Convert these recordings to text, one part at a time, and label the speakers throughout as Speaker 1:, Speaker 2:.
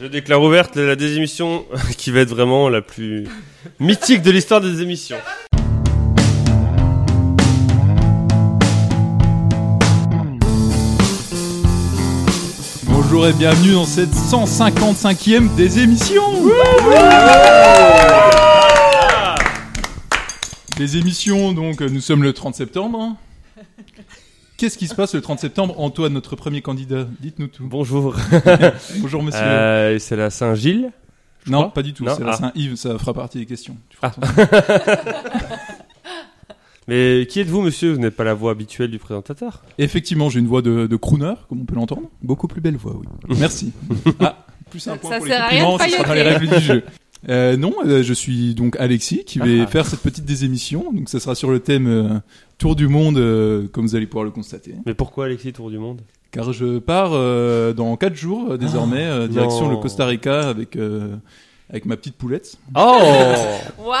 Speaker 1: Je déclare ouverte la désémission qui va être vraiment la plus mythique de l'histoire des émissions.
Speaker 2: Bonjour et bienvenue dans cette 155e des émissions Des émissions, donc euh, nous sommes le 30 septembre. hein. Qu'est-ce qui se passe le 30 septembre Antoine, notre premier candidat, dites-nous tout.
Speaker 1: Bonjour.
Speaker 2: Bonjour monsieur.
Speaker 1: Euh, c'est la Saint-Gilles.
Speaker 2: non,
Speaker 1: crois.
Speaker 2: pas du tout,
Speaker 1: Non,
Speaker 2: c'est la
Speaker 1: ah.
Speaker 2: Saint-Yves, ça fera partie des questions. Tu feras ton-
Speaker 1: Mais qui êtes-vous, monsieur Vous n'êtes pas la voix habituelle du présentateur.
Speaker 2: Effectivement, j'ai une voix de, de crooner, comme on peut l'entendre.
Speaker 3: Beaucoup plus belle voix, oui.
Speaker 2: Merci. Ah, plus un point
Speaker 4: Ça
Speaker 2: pour les
Speaker 4: sert à rien de
Speaker 2: compliments, ça sera dans les
Speaker 4: pailloter.
Speaker 2: règles du jeu. Euh, non, euh, je suis donc Alexis qui va
Speaker 1: Ah.
Speaker 2: faire cette petite désémission. Donc ça sera sur le thème euh, Tour du monde, euh, comme vous allez pouvoir le constater.
Speaker 1: Mais pourquoi Alexis Tour du Monde
Speaker 2: Car je pars euh, dans 4 jours euh, désormais, euh, direction
Speaker 1: non.
Speaker 2: le Costa Rica avec, euh, avec ma petite poulette
Speaker 1: Oh
Speaker 4: Waouh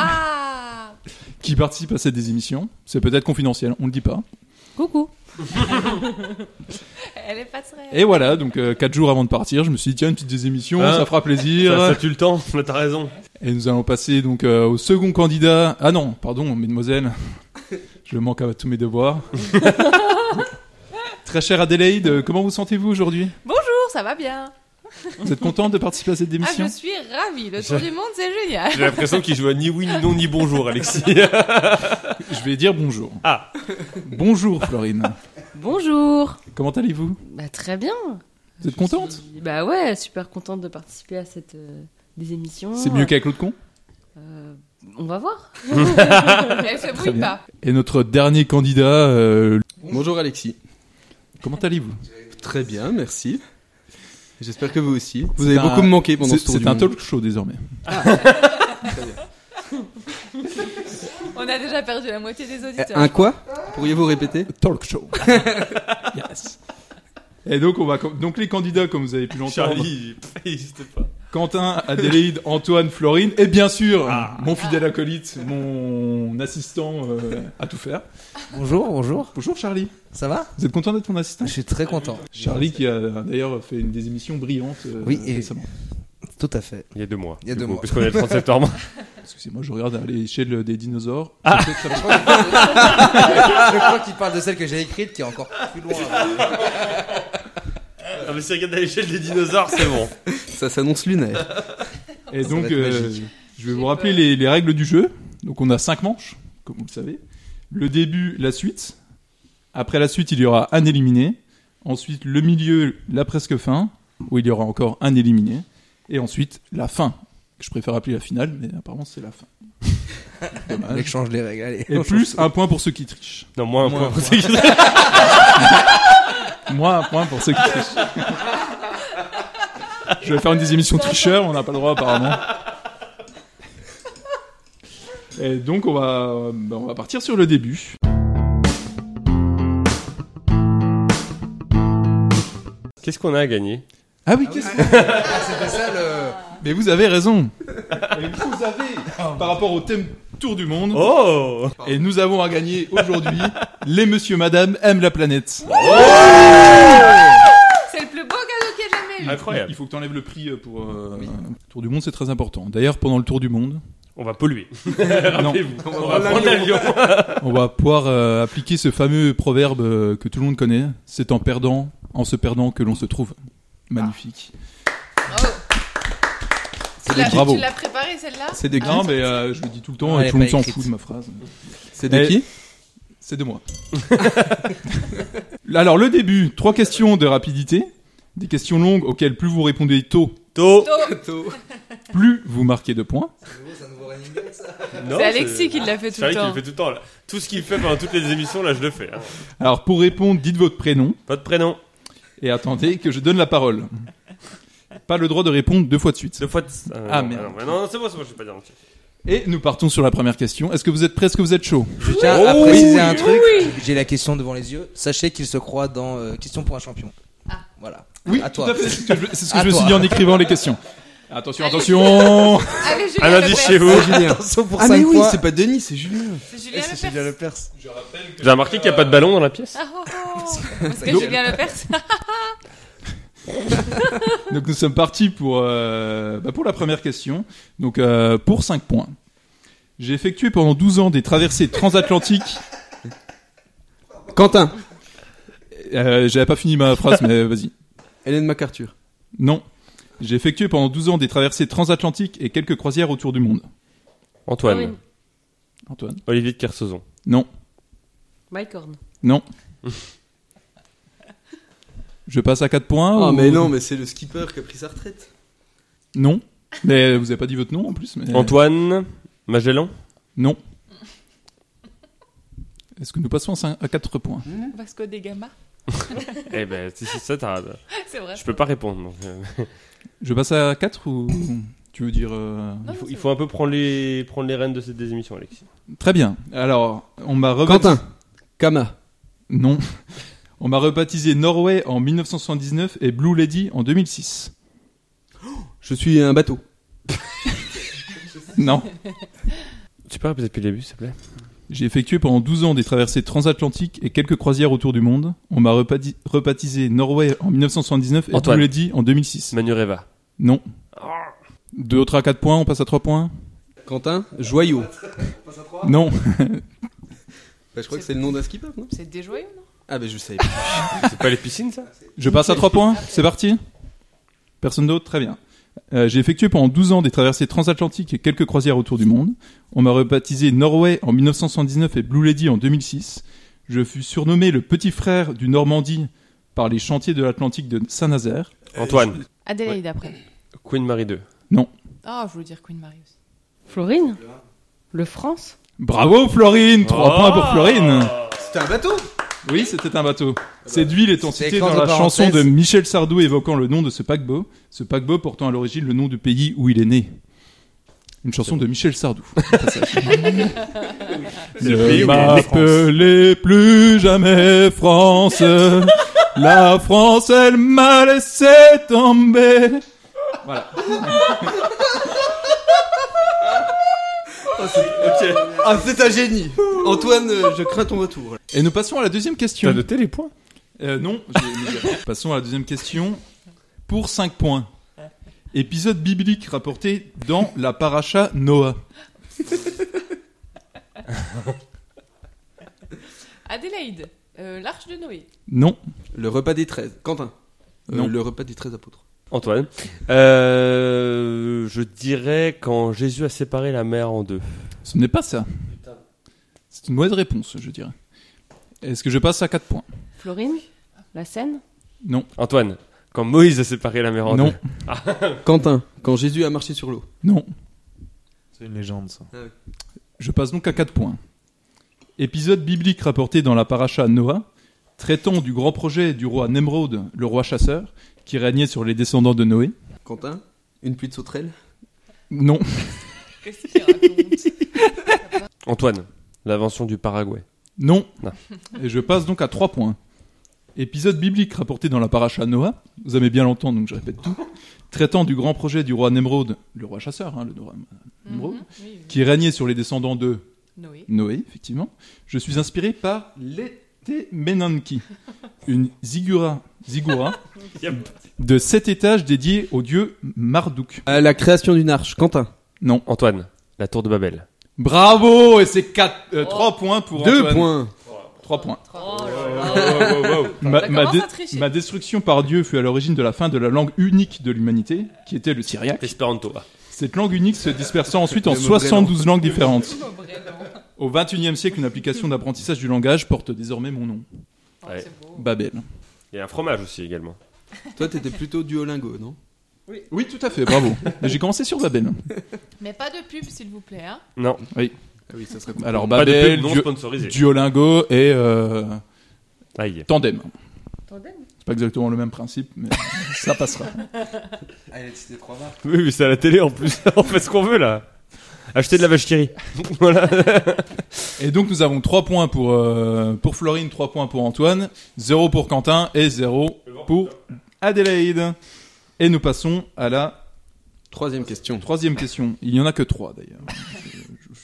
Speaker 2: qui participe à cette désémission. C'est peut-être confidentiel, on ne le dit pas.
Speaker 4: Coucou Elle est pas très...
Speaker 2: Et voilà, donc 4 jours avant de partir, je me suis dit tiens, une petite désémission,
Speaker 1: Ah.
Speaker 2: ça fera plaisir.
Speaker 1: ça, ça tue le temps, mais t'as raison.
Speaker 2: Et nous allons passer donc euh, au second candidat. Ah non, pardon, mesdemoiselles. Je manque à tous mes devoirs. Très chère Adélaïde, euh, comment vous sentez-vous aujourd'hui
Speaker 4: Bonjour, ça va bien
Speaker 2: Vous êtes contente de participer à cette
Speaker 4: Ah,
Speaker 2: démission
Speaker 4: je suis ravie, le tour du monde, c'est génial
Speaker 1: J'ai l'impression qu'il joue à ni oui, ni non, ni bonjour, Alexis.
Speaker 2: je... vais dire bonjour.
Speaker 1: Ah.
Speaker 2: Bonjour Florine.
Speaker 5: Bonjour
Speaker 2: Comment allez-vous
Speaker 5: Bah très bien
Speaker 2: Vous êtes contente
Speaker 5: Bah ouais, super contente de participer à cette euh, des émissions.
Speaker 2: C'est mieux qu'avec l'autre con
Speaker 5: Euh, on va voir.
Speaker 4: Elle se bouille
Speaker 2: bien.
Speaker 4: pas
Speaker 2: Et notre dernier candidat, euh,
Speaker 3: Bonjour Alexis.
Speaker 2: comment allez-vous
Speaker 3: Très bien, merci. J'espère que vous aussi. Vous
Speaker 2: C'est
Speaker 3: avez
Speaker 2: un-
Speaker 3: beaucoup me manqué pendant
Speaker 2: C'est
Speaker 3: ce tour
Speaker 2: c'est
Speaker 3: du
Speaker 2: un
Speaker 3: monde.
Speaker 2: talk show désormais.
Speaker 4: On a déjà perdu la moitié des
Speaker 3: Eh,
Speaker 4: auditeurs.
Speaker 3: Un quoi Pourriez-vous répéter
Speaker 2: Talk show. yes. Et donc, on va, com- donc les candidats, comme vous avez pu l'entendre,
Speaker 1: Charlie, il n'existe pas.
Speaker 2: Quentin, Adélaïde, Antoine, Florine, et bien sûr,
Speaker 1: Ah.
Speaker 2: mon fidèle acolyte, mon assistant euh, à tout faire.
Speaker 6: Bonjour, bonjour.
Speaker 2: Bonjour Charlie,
Speaker 6: Ça va
Speaker 2: vous êtes content d'être mon assistant
Speaker 6: Je suis très content.
Speaker 2: Charlie qui a d'ailleurs fait une des émissions brillantes euh,
Speaker 6: Oui, et-
Speaker 2: récemment.
Speaker 6: Tout à fait.
Speaker 1: Il y a deux mois.
Speaker 6: Il y a
Speaker 1: du
Speaker 6: deux
Speaker 1: coup,
Speaker 6: mois.
Speaker 1: Puisqu'on est le 30 septembre.
Speaker 2: Excusez-moi, je regarde à l'échelle des dinosaures.
Speaker 3: Ah.
Speaker 2: Ça fait- ça fait-
Speaker 6: Je crois qu'il parle de celle que j'ai écrite qui est encore plus loin.
Speaker 1: Ah, mais si regarde à l'échelle des dinosaures, c'est bon.
Speaker 3: Ça s'annonce lunaire.
Speaker 2: Et
Speaker 6: Ça
Speaker 2: donc,
Speaker 6: va être
Speaker 2: euh,
Speaker 6: magique.
Speaker 2: je vais vous
Speaker 4: J'ai
Speaker 2: rappeler
Speaker 4: peur.
Speaker 2: les, les règles du jeu. Donc, on a cinq manches, comme vous le savez. Le début, la suite. Après la suite, il y aura un éliminé. Ensuite, le milieu, la presque fin, où il y aura encore un éliminé. Et ensuite, la fin. que Je préfère appeler la finale, mais apparemment, c'est la fin.
Speaker 3: ah
Speaker 6: On
Speaker 2: Dommage.
Speaker 6: échange les règles. Allez.
Speaker 2: Et plus un point pour ceux qui trichent.
Speaker 1: Non, moins un
Speaker 2: Moins
Speaker 1: point
Speaker 2: un
Speaker 1: pour
Speaker 2: point.
Speaker 1: ceux qui-
Speaker 2: Moi, un point pour ceux qui trichent. Je vais faire une des émissions tricheurs, on n'a pas le droit apparemment. Et donc on va, bah, on va partir sur le début.
Speaker 1: Qu'est-ce qu'on a à gagner
Speaker 2: Ah oui, qu'est-ce que...
Speaker 6: Ah, c'était ça le.
Speaker 2: Mais vous avez raison. Et vous avez, par rapport au thème Tour du Monde,
Speaker 1: Oh
Speaker 2: et nous avons à gagner aujourd'hui les Monsieur Madame aiment la planète.
Speaker 4: C'est le plus beau cadeau qu'il y ait jamais eu
Speaker 1: Incroyable.
Speaker 2: Il faut que tu enlèves le prix pour... euh, Tour du Monde, c'est très important. D'ailleurs, pendant le Tour du Monde,
Speaker 1: On va polluer. Ah
Speaker 2: non,
Speaker 1: On va prendre l'avion.
Speaker 2: On va pouvoir euh, appliquer ce fameux proverbe euh, que tout le monde connaît. C'est en perdant, en se perdant que l'on se trouve. Magnifique.
Speaker 4: Bravo. Tu l'as-
Speaker 2: Bravo.
Speaker 4: Tu l'as préparé celle-là
Speaker 3: C'est de qui
Speaker 2: Non, mais euh, je le dis tout le temps
Speaker 6: Elle
Speaker 2: et
Speaker 6: est
Speaker 2: tout le monde s'en
Speaker 6: pas écrite.
Speaker 2: fout de ma phrase.
Speaker 3: C'est de
Speaker 2: Eh.
Speaker 3: qui
Speaker 2: C'est de moi. Alors, le début, trois questions de rapidité. Des questions longues auxquelles plus vous répondez tôt,
Speaker 4: Oh,
Speaker 1: Tôt.
Speaker 2: plus vous marquez de points.
Speaker 1: Non,
Speaker 4: C'est Alexis qui l'a fait tout
Speaker 1: C'est vrai
Speaker 4: le
Speaker 1: qu'il
Speaker 4: temps.
Speaker 1: le fait tout le temps. là. Tout ce qu'il fait pendant toutes les émissions, là, je le fais. hein.
Speaker 2: Alors, pour répondre, dites votre prénom
Speaker 1: Pas de prénom.
Speaker 2: et attendez que je donne la parole. Pas le droit de répondre deux fois de suite.
Speaker 1: Deux fois de... euh,
Speaker 2: Ah,
Speaker 1: non,
Speaker 2: merde.
Speaker 1: Non, mais non, non, c'est bon, c'est bon, je vais pas dire mon truc.
Speaker 2: Et nous partons sur la première question. Est-ce que vous êtes prêts Est-ce que vous êtes chaud
Speaker 6: Je tiens à
Speaker 1: Oh,
Speaker 6: préciser
Speaker 1: oui,
Speaker 6: un truc.
Speaker 5: oui.
Speaker 6: J'ai la question devant les yeux. Sachez qu'il se croit dans euh, Question pour un champion.
Speaker 4: Ah.
Speaker 6: Voilà.
Speaker 2: Oui,
Speaker 6: À
Speaker 2: tout
Speaker 6: toi.
Speaker 2: à fait. C'est ce que je, c'est ce que
Speaker 6: À
Speaker 2: je me suis
Speaker 6: toi.
Speaker 2: dit en écrivant les questions. Attention, attention
Speaker 4: Allez, Julien
Speaker 1: Un indice Ah, chez
Speaker 4: Lepers
Speaker 1: vous.
Speaker 3: Julien.
Speaker 6: Attention pour
Speaker 3: Ah mais
Speaker 6: cinq
Speaker 3: oui,
Speaker 6: fois.
Speaker 3: c'est pas Denis, c'est Julien.
Speaker 4: C'est
Speaker 6: Eh,
Speaker 4: Julien
Speaker 6: c'est Julien
Speaker 4: Lepers
Speaker 6: Lepers.
Speaker 1: J'ai remarqué qu'il n'y a pas de ballon dans la pièce.
Speaker 4: Ah oh, oh. Parce que
Speaker 6: Donc-
Speaker 4: Julien Lepers
Speaker 2: Donc nous sommes partis pour, euh, bah, pour la première question. Donc euh, pour 5 points. J'ai effectué pendant 12 ans des traversées transatlantiques.
Speaker 3: Quentin.
Speaker 2: Euh, J'avais pas fini ma phrase, mais vas-y.
Speaker 3: Hélène MacArthur.
Speaker 2: Non. J'ai effectué pendant 12 ans des traversées transatlantiques et quelques croisières autour du monde.
Speaker 4: Ah
Speaker 1: Antoine.
Speaker 5: Corinne.
Speaker 2: Antoine
Speaker 1: Olivier de Kersauzon.
Speaker 2: Non.
Speaker 5: Mike Horn.
Speaker 2: Non. Je passe à 4 points
Speaker 3: Ah
Speaker 2: ou-
Speaker 3: mais non, mais c'est le skipper qui a pris sa retraite.
Speaker 2: Non. Mais vous avez pas dit votre nom en plus. mais-
Speaker 1: Antoine Magellan.
Speaker 2: Non. Est-ce que nous passons à cinq- à 4 points
Speaker 4: Vasco des Gama.
Speaker 1: eh ben, si c'est ça, t'as-
Speaker 4: C'est vrai.
Speaker 1: je peux pas répondre. donc, euh,
Speaker 2: Je passe à 4 ou tu veux dire euh,
Speaker 4: Non,
Speaker 1: il, faut,
Speaker 4: non,
Speaker 1: il
Speaker 4: c'est
Speaker 1: faut un peu prendre les, prendre les rênes de cette désémission, Alexis.
Speaker 2: Très bien. Alors, on m'a rebaptisé...
Speaker 3: Quentin. Kama.
Speaker 2: Non. On m'a rebaptisé Norway en 1979 et Blue Lady en 2006.
Speaker 3: Je suis un bateau.
Speaker 2: Non.
Speaker 1: Tu peux répéter depuis le début, s'il te plaît
Speaker 2: J'ai effectué pendant 12 ans des traversées transatlantiques et quelques croisières autour du monde. On m'a repati- rebaptisé Norway en 1979 et
Speaker 1: Antoine.
Speaker 2: Blue Lady en 2006.
Speaker 1: Manureva.
Speaker 2: Non. Deux autres à 4 points, on passe à 3 points
Speaker 3: Quentin. Joyau.
Speaker 2: Non.
Speaker 3: Bah, je crois que c'est le nom d'un skipper, non
Speaker 4: bon. C'est des joyaux, non
Speaker 3: Ah mais je savais pas.
Speaker 1: C'est pas les piscines, ça
Speaker 2: Je passe à 3 points, c'est parti Personne d'autre Très bien. Euh, J'ai effectué pendant 12 ans des traversées transatlantiques et quelques croisières autour du monde. On m'a rebaptisé Norway en 1979 et Blue Lady en 2006. Je fus surnommé le petit frère du Normandie par les chantiers de l'Atlantique de Saint-Nazaire.
Speaker 1: Antoine.
Speaker 4: Adélaïde après.
Speaker 1: Queen Marie 2.
Speaker 4: Ah, je voulais dire Queen Marie aussi.
Speaker 5: Florine Le France
Speaker 2: Bravo Florine 3
Speaker 1: Oh
Speaker 2: points pour Florine
Speaker 3: C'était un bateau
Speaker 2: Oui, c'était un bateau. Cette ville étant
Speaker 6: C'était
Speaker 2: citée
Speaker 6: écran
Speaker 2: dans
Speaker 6: de
Speaker 2: la chanson de
Speaker 6: parenthèse.
Speaker 2: Michel Sardou évoquant le nom de ce paquebot, ce paquebot portant à l'origine le nom du pays où il est né. Une chanson de Michel Sardou. au passage.
Speaker 1: pays
Speaker 2: ne
Speaker 1: où il est né,
Speaker 2: m'appelez plus jamais France. La France, elle m'a laissé tomber. Voilà.
Speaker 3: Ah c'est un génie. Antoine, euh, je crains ton retour.
Speaker 2: Et nous passons à la deuxième question.
Speaker 1: noté les points
Speaker 2: Euh, non, j'ai mis zéro. Passons à la deuxième question. Pour 5 points. Épisode biblique rapporté dans la paracha Noah.
Speaker 4: Adélaïde. euh, L'arche de Noé.
Speaker 2: Non.
Speaker 3: Le repas des 13. Quentin. Euh,
Speaker 2: Non.
Speaker 3: Le repas des 13 apôtres.
Speaker 1: Antoine. Euh, je dirais quand Jésus a séparé la mer en deux.
Speaker 2: Ce n'est pas ça. C'est une mauvaise réponse, je dirais. Est-ce que je passe à 4 points
Speaker 5: Florine La Seine
Speaker 2: Non.
Speaker 1: Antoine. Quand Moïse a séparé la mer en
Speaker 2: non.
Speaker 1: deux.
Speaker 3: Quentin. Quand Jésus a marché sur l'eau.
Speaker 2: Non.
Speaker 7: C'est une légende, ça.
Speaker 2: Je passe donc à 4 points. Épisode biblique rapporté dans la paracha Noah, traitant du grand projet du roi Nemrod, le roi chasseur, qui régnait sur les descendants de Noé.
Speaker 3: Quentin. Une pluie de sauterelles.
Speaker 2: Non.
Speaker 4: Qu'est-ce qu'il raconte
Speaker 1: Antoine. L'invention du Paraguay.
Speaker 2: Non.
Speaker 1: Non.
Speaker 2: Et je passe donc à 3 points. Épisode biblique rapporté dans la paracha Noah, vous aimez bien l'entendre donc je répète tout, traitant du grand projet du roi Nemrod, le roi chasseur, hein, le roi Nemrod,
Speaker 4: Mhm, oui, oui.
Speaker 2: qui régnait sur les descendants de
Speaker 4: Noé.
Speaker 2: Noé, effectivement. Je suis inspiré par l'été Menanki, une zigura, zigura
Speaker 1: Yep.
Speaker 2: de 7 étages dédiée au dieu Marduk.
Speaker 3: À la création d'une arche. Quentin.
Speaker 2: Non.
Speaker 1: Antoine. La tour de Babel.
Speaker 2: Bravo Et c'est 3 points pour
Speaker 3: 2
Speaker 2: Antoine.
Speaker 3: points.
Speaker 2: 3 points.
Speaker 4: Oh là là.
Speaker 2: Ma,
Speaker 4: Ça
Speaker 2: ma
Speaker 4: commence
Speaker 2: dé-
Speaker 4: à tricher.
Speaker 2: ma destruction par Dieu fut à l'origine de la fin de la langue unique de l'humanité, qui était le syriaque.
Speaker 1: Esperanto.
Speaker 2: Cette langue unique se dispersa ensuite en
Speaker 3: Le mot
Speaker 2: 72 langues différentes.
Speaker 4: Oh, vraiment.
Speaker 2: Au XXIe siècle, une application d'apprentissage du langage porte désormais mon nom,
Speaker 4: Oh,
Speaker 1: Ouais.
Speaker 4: c'est beau.
Speaker 5: Bah.
Speaker 2: Babel.
Speaker 1: Il y a un fromage aussi également.
Speaker 3: Toi, t'étais plutôt duolingo, non
Speaker 2: Oui, tout à fait, bravo. Mais J'ai commencé sur Babel.
Speaker 4: Mais pas de pub, s'il vous plaît. Hein.
Speaker 1: Non.
Speaker 3: Ah oui, ça serait
Speaker 2: Alors
Speaker 1: Pas de
Speaker 2: Babel,
Speaker 1: pub non
Speaker 2: Duo-
Speaker 1: sponsorisé.
Speaker 2: Duolingo et euh,
Speaker 1: Aïe.
Speaker 2: Tandem.
Speaker 5: Tandem
Speaker 2: C'est pas exactement le même principe, mais ça passera.
Speaker 6: Ah, il a cité trois marques.
Speaker 1: Oui, mais c'est à la télé en plus. On fait ce qu'on veut là. Acheter de la vache qui rit. voilà.
Speaker 2: Et donc nous avons 3 points pour, euh, pour Florine, 3 points pour Antoine, 0 pour Quentin et 0 pour Adélaïde. Et nous passons à la
Speaker 3: Troisième question.
Speaker 2: troisième question. Il n'y en a que 3 d'ailleurs.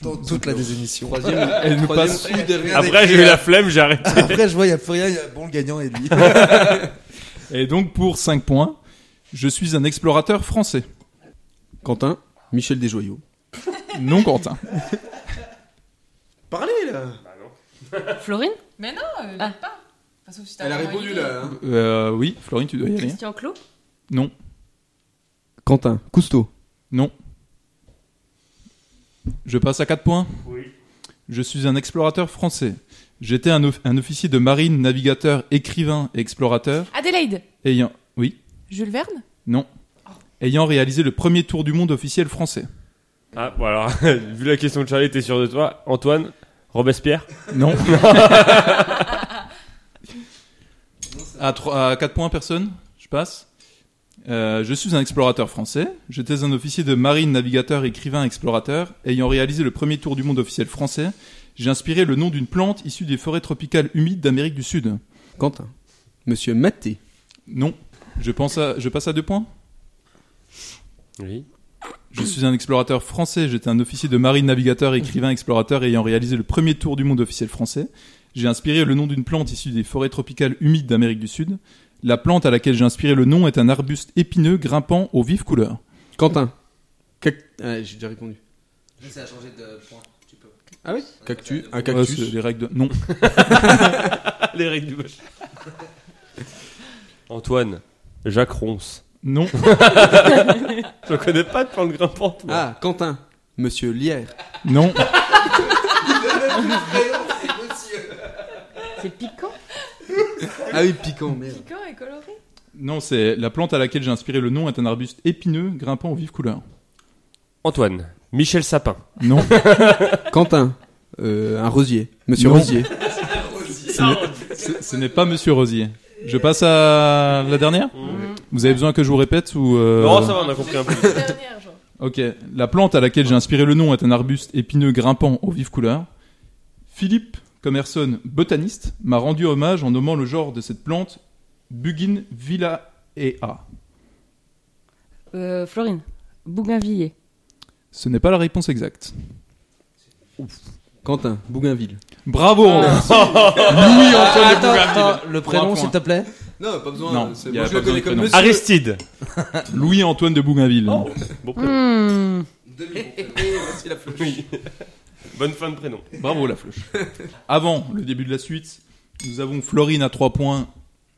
Speaker 6: Dans toute Ah, la désémission.
Speaker 3: Troisième.
Speaker 2: Et nous
Speaker 3: troisième
Speaker 2: passons...
Speaker 3: ou dernière.
Speaker 1: Après, j'ai eu la flemme, j'ai arrêté.
Speaker 6: Après, je vois, il n'y a plus rien. il y a- Bon, le gagnant est lui.
Speaker 2: Et donc, pour 5 points, je suis un explorateur français.
Speaker 3: Quentin, Michel Desjoyaux.
Speaker 2: Non, Quentin.
Speaker 6: Parlez là
Speaker 5: Florine
Speaker 4: Mais non, euh,
Speaker 5: Ah.
Speaker 4: pas. Enfin, sauf si t'as
Speaker 6: Elle a
Speaker 4: vraiment
Speaker 6: répondu
Speaker 4: une idée.
Speaker 6: là. hein.
Speaker 2: Euh, oui, Florine, tu dois y aller.
Speaker 5: Christian Clot
Speaker 2: Non,
Speaker 3: Quentin, Cousteau.
Speaker 2: non. Je passe à 4 points.
Speaker 1: Oui.
Speaker 2: Je suis un explorateur français. J'étais un, of- un officier de marine, navigateur, écrivain et explorateur,
Speaker 4: Adélaïde,
Speaker 2: ayant... Oui,
Speaker 4: Jules Verne,
Speaker 2: non. Oh. Ayant réalisé le premier tour du monde officiel français.
Speaker 1: Ah, bon alors, vu la question de Charlie, t'es sûr de toi. Antoine, Robespierre.
Speaker 2: Non. à, 4 points, personne Je passe. Euh, je suis un explorateur français. J'étais un officier de marine, navigateur, écrivain, explorateur. Ayant réalisé le premier tour du monde officiel français, j'ai inspiré le nom d'une plante issue des forêts tropicales humides d'Amérique du Sud.
Speaker 3: Quentin, Monsieur Maté.
Speaker 2: Non. Je, pense à, je passe à 2 points.
Speaker 1: Oui.
Speaker 2: Je suis un explorateur français, j'étais un officier de marine, navigateur, écrivain, explorateur ayant réalisé le premier tour du monde officiel français. J'ai inspiré le nom d'une plante issue des forêts tropicales humides d'Amérique du Sud. La plante à laquelle j'ai inspiré le nom est un arbuste épineux grimpant aux vives couleurs.
Speaker 3: Quentin, Cac- ah, j'ai déjà répondu.
Speaker 6: Ça a changé de point. Tu peux.
Speaker 3: Ah oui Cactus, un
Speaker 2: Ouais, Euh, c'est
Speaker 3: cactus.
Speaker 2: les règles de... Non.
Speaker 1: Les règles du match. Antoine, Jacques Ronce.
Speaker 2: Non.
Speaker 1: Je connais pas de plante grimpante. moi.
Speaker 3: Ah, Quentin, Monsieur Lière.
Speaker 2: Non.
Speaker 5: C'est piquant
Speaker 3: Ah oui, piquant, merde.
Speaker 4: piquant et coloré.
Speaker 2: Non, c'est la plante à laquelle j'ai inspiré le nom est un arbuste épineux grimpant aux vives couleurs.
Speaker 1: Antoine, Michel Sapin.
Speaker 2: Non.
Speaker 3: Quentin, euh, un rosier. Monsieur
Speaker 2: Non.
Speaker 3: Rosier.
Speaker 2: Ce n'est- ce ce n'est pas Monsieur Rosier. Je passe à la dernière Vous avez besoin que je vous répète ou... euh,
Speaker 1: Non,
Speaker 3: Oh,
Speaker 1: ça va, on a compris un peu.
Speaker 4: Dernière, genre.
Speaker 2: Ok, la plante à laquelle j'ai inspiré le nom est un arbuste épineux grimpant aux vives couleurs. Philippe Commerson, botaniste, m'a rendu hommage en nommant le genre de cette plante Bugin villaea.
Speaker 5: Euh, Florine Bougainvilliers.
Speaker 2: Ce n'est pas la réponse exacte.
Speaker 3: Quentin, Bougainville.
Speaker 2: Bravo
Speaker 6: Ah, attends, attends, le prénom
Speaker 2: Trois
Speaker 6: s'il te plaît
Speaker 3: Non, pas besoin.
Speaker 2: Non, c'est- il y moi, a je pas le besoin connais de comme prénom. monsieur.
Speaker 1: Aristide.
Speaker 2: Louis-Antoine de Bougainville.
Speaker 6: Oh.
Speaker 1: Bon prénom.
Speaker 5: Hmm.
Speaker 1: Oui. Bonne fin de prénom.
Speaker 2: Bravo la flèche. Avant le début de la suite, nous avons Florine à 3 points,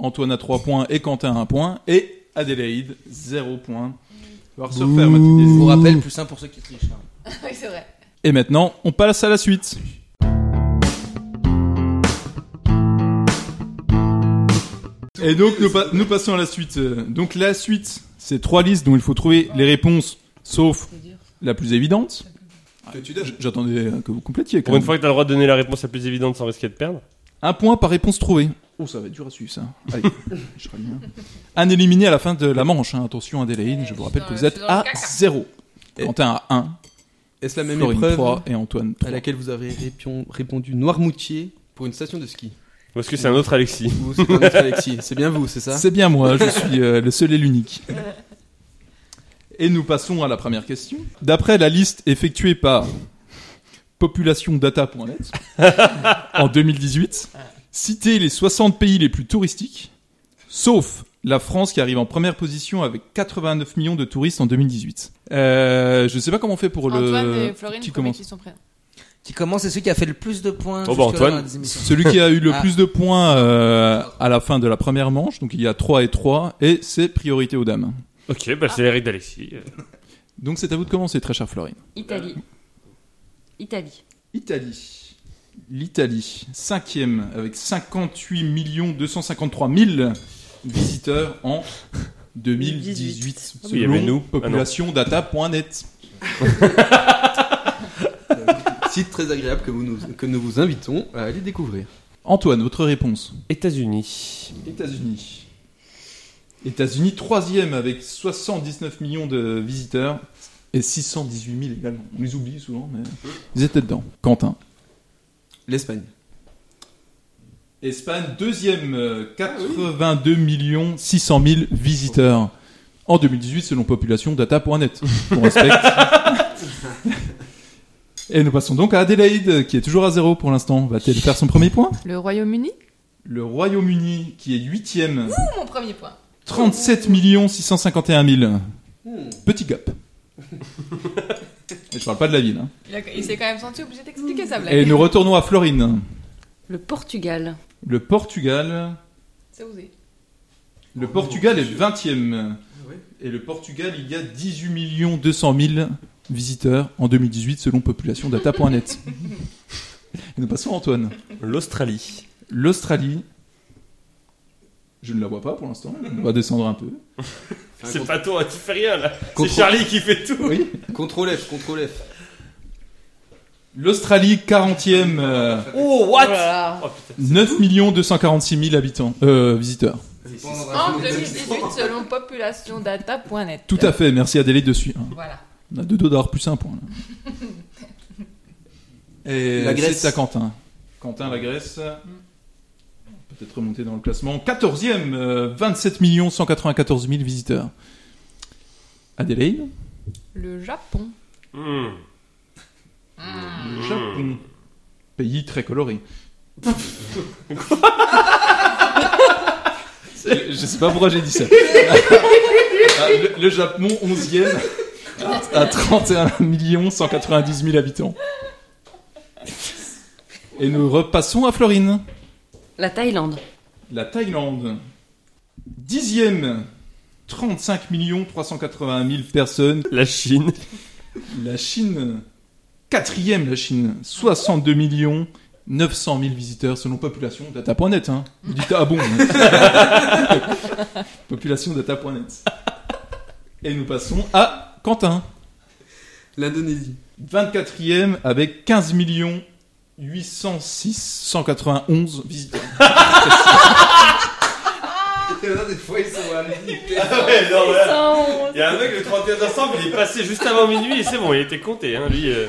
Speaker 2: Antoine à 3 points et Quentin à 1 point et Adélaïde 0 point. On va se refaire ma petite
Speaker 6: Je
Speaker 2: décision.
Speaker 6: vous rappelle, plus 1 pour ceux qui trichent. hein.
Speaker 4: oui, c'est vrai.
Speaker 2: Et maintenant, on passe à la suite. Et donc, nous, pa- nous passons à la suite. Euh, Donc, la suite, c'est trois listes dont il faut trouver les réponses, sauf la plus évidente. J- J'attendais euh, que vous complétiez. quand
Speaker 1: Pour une
Speaker 2: même.
Speaker 1: fois que t'as le droit de donner la réponse la plus évidente sans risquer de perdre.
Speaker 2: Un point par réponse trouvée. Oh, ça va être dur à suivre, ça. Allez, je serai le mien. Un éliminé à la fin de la manche. hein. Attention, Adélaïde, je vous rappelle que vous êtes à 0. Quentin à 1,
Speaker 3: Est-ce la même
Speaker 2: Florine
Speaker 3: épreuve
Speaker 2: 3 et Antoine 3.
Speaker 3: à laquelle vous avez répion- répondu Noirmoutier pour une station de ski
Speaker 1: Ou est-ce que c'est un autre Alexis
Speaker 3: Ou c'est un autre Alexis C'est bien vous, c'est ça
Speaker 2: C'est bien moi, je suis euh, le seul et l'unique. Et nous passons à la première question. D'après la liste effectuée par populationdata.net en 2018, citez les 60 pays les plus touristiques, sauf la France qui arrive en première position avec 89 millions de touristes en 2018. Euh, je ne sais pas comment on fait pour le...
Speaker 4: Antoine et Florine,
Speaker 2: qui
Speaker 4: qui
Speaker 2: commence
Speaker 4: qui sont prêts.
Speaker 6: Qui commence, c'est celui qui a fait le plus de points.
Speaker 1: Oh, bah,
Speaker 6: jusque-là
Speaker 1: Antoine.
Speaker 6: dans les émissions.
Speaker 2: Celui qui a eu le
Speaker 6: Ah.
Speaker 2: plus de points euh, à la fin de la première manche, donc il y a 3 et 3, et c'est priorité aux dames.
Speaker 1: Ok, bah c'est les règles d'Alexis.
Speaker 2: Donc c'est à vous de commencer, très chère Florine.
Speaker 5: Italie. Italie.
Speaker 2: Italie. L'Italie, cinquième, avec 58 253 000 visiteurs en 2018,
Speaker 1: Ah oui, il y avait nous. Ah non.
Speaker 2: populationdata.net.
Speaker 3: Site très agréable que, vous nous, que nous vous invitons à aller découvrir.
Speaker 2: Antoine, votre réponse
Speaker 1: États-Unis.
Speaker 2: États-Unis. États-Unis, troisième, avec 79 millions de visiteurs et 618 000 également. On les oublie souvent, mais ils étaient dedans. Quentin.
Speaker 3: L'Espagne.
Speaker 2: Espagne, deuxième, euh, 82 millions 600 000 visiteurs en 2018 selon population data.net. On respecte. Et nous passons donc à Adélaïde, qui est toujours à zéro pour l'instant. Va-t-elle faire son premier point
Speaker 4: Le Royaume-Uni
Speaker 2: Le Royaume-Uni, qui est huitième,
Speaker 4: Mon premier point.
Speaker 2: 37 651 000. Petit gap. Et je parle pas de la ville. hein.
Speaker 4: Il, a- il s'est quand même senti obligé d'expliquer sa blague.
Speaker 2: Et nous retournons à Florine.
Speaker 5: Le Portugal.
Speaker 2: Le Portugal.
Speaker 4: C'est osé.
Speaker 2: Le Portugal est 20e. Et le Portugal, il y a 18 200 000 visiteurs en 2018 selon populationdata.net. Et nous passons à Antoine.
Speaker 1: L'Australie.
Speaker 2: L'Australie. Je ne la vois pas pour l'instant. On va descendre un peu.
Speaker 1: C'est pas toi, tu fais rien là. C'est
Speaker 3: Contrôle.
Speaker 1: Charlie qui fait tout.
Speaker 2: Oui.
Speaker 3: Contrôle F, contrôle F.
Speaker 2: L'Australie, 40e. euh,
Speaker 1: Oh,
Speaker 4: Oh
Speaker 1: what
Speaker 4: là là.
Speaker 1: Oh, putain.
Speaker 2: 9 246 000 habitants, euh, visiteurs.
Speaker 4: En 2018, selon populationdata.net.
Speaker 2: Tout à fait, merci Adélie dessus. hein.
Speaker 4: Voilà.
Speaker 2: On a deux dos d'avoir plus un point. là. Et
Speaker 3: La Grèce.
Speaker 2: c'est à Quentin. Quentin, la Grèce. Peut-être remonter dans le classement. 14e, euh, 27 194 000 visiteurs. Adélaïde
Speaker 4: Le Japon.
Speaker 1: Hmm.
Speaker 2: Le Japon. Pays très coloré. C'est- Je sais pas pourquoi j'ai dit ça. Ah, le, le Japon, 11e, à 31 190 000 habitants. Et nous repassons à Florine.
Speaker 5: La Thaïlande.
Speaker 2: La Thaïlande. Dixième, 35 381 000 personnes.
Speaker 1: La Chine.
Speaker 2: La Chine, quatrième la Chine, 62 millions 900 000 visiteurs selon population data.net. Hein. Vous dites ah bon hein. Population data.net. Et nous passons à Quentin,
Speaker 3: L'Indonésie.
Speaker 2: 24e avec 15 millions 806 191 visiteurs.
Speaker 6: Des fois, ils sont allés.
Speaker 1: Ah ouais, non, voilà.
Speaker 5: Oh,
Speaker 1: Il y a un mec le 31 décembre, il est passé juste avant minuit et c'est bon, il était compté, hein, lui. euh.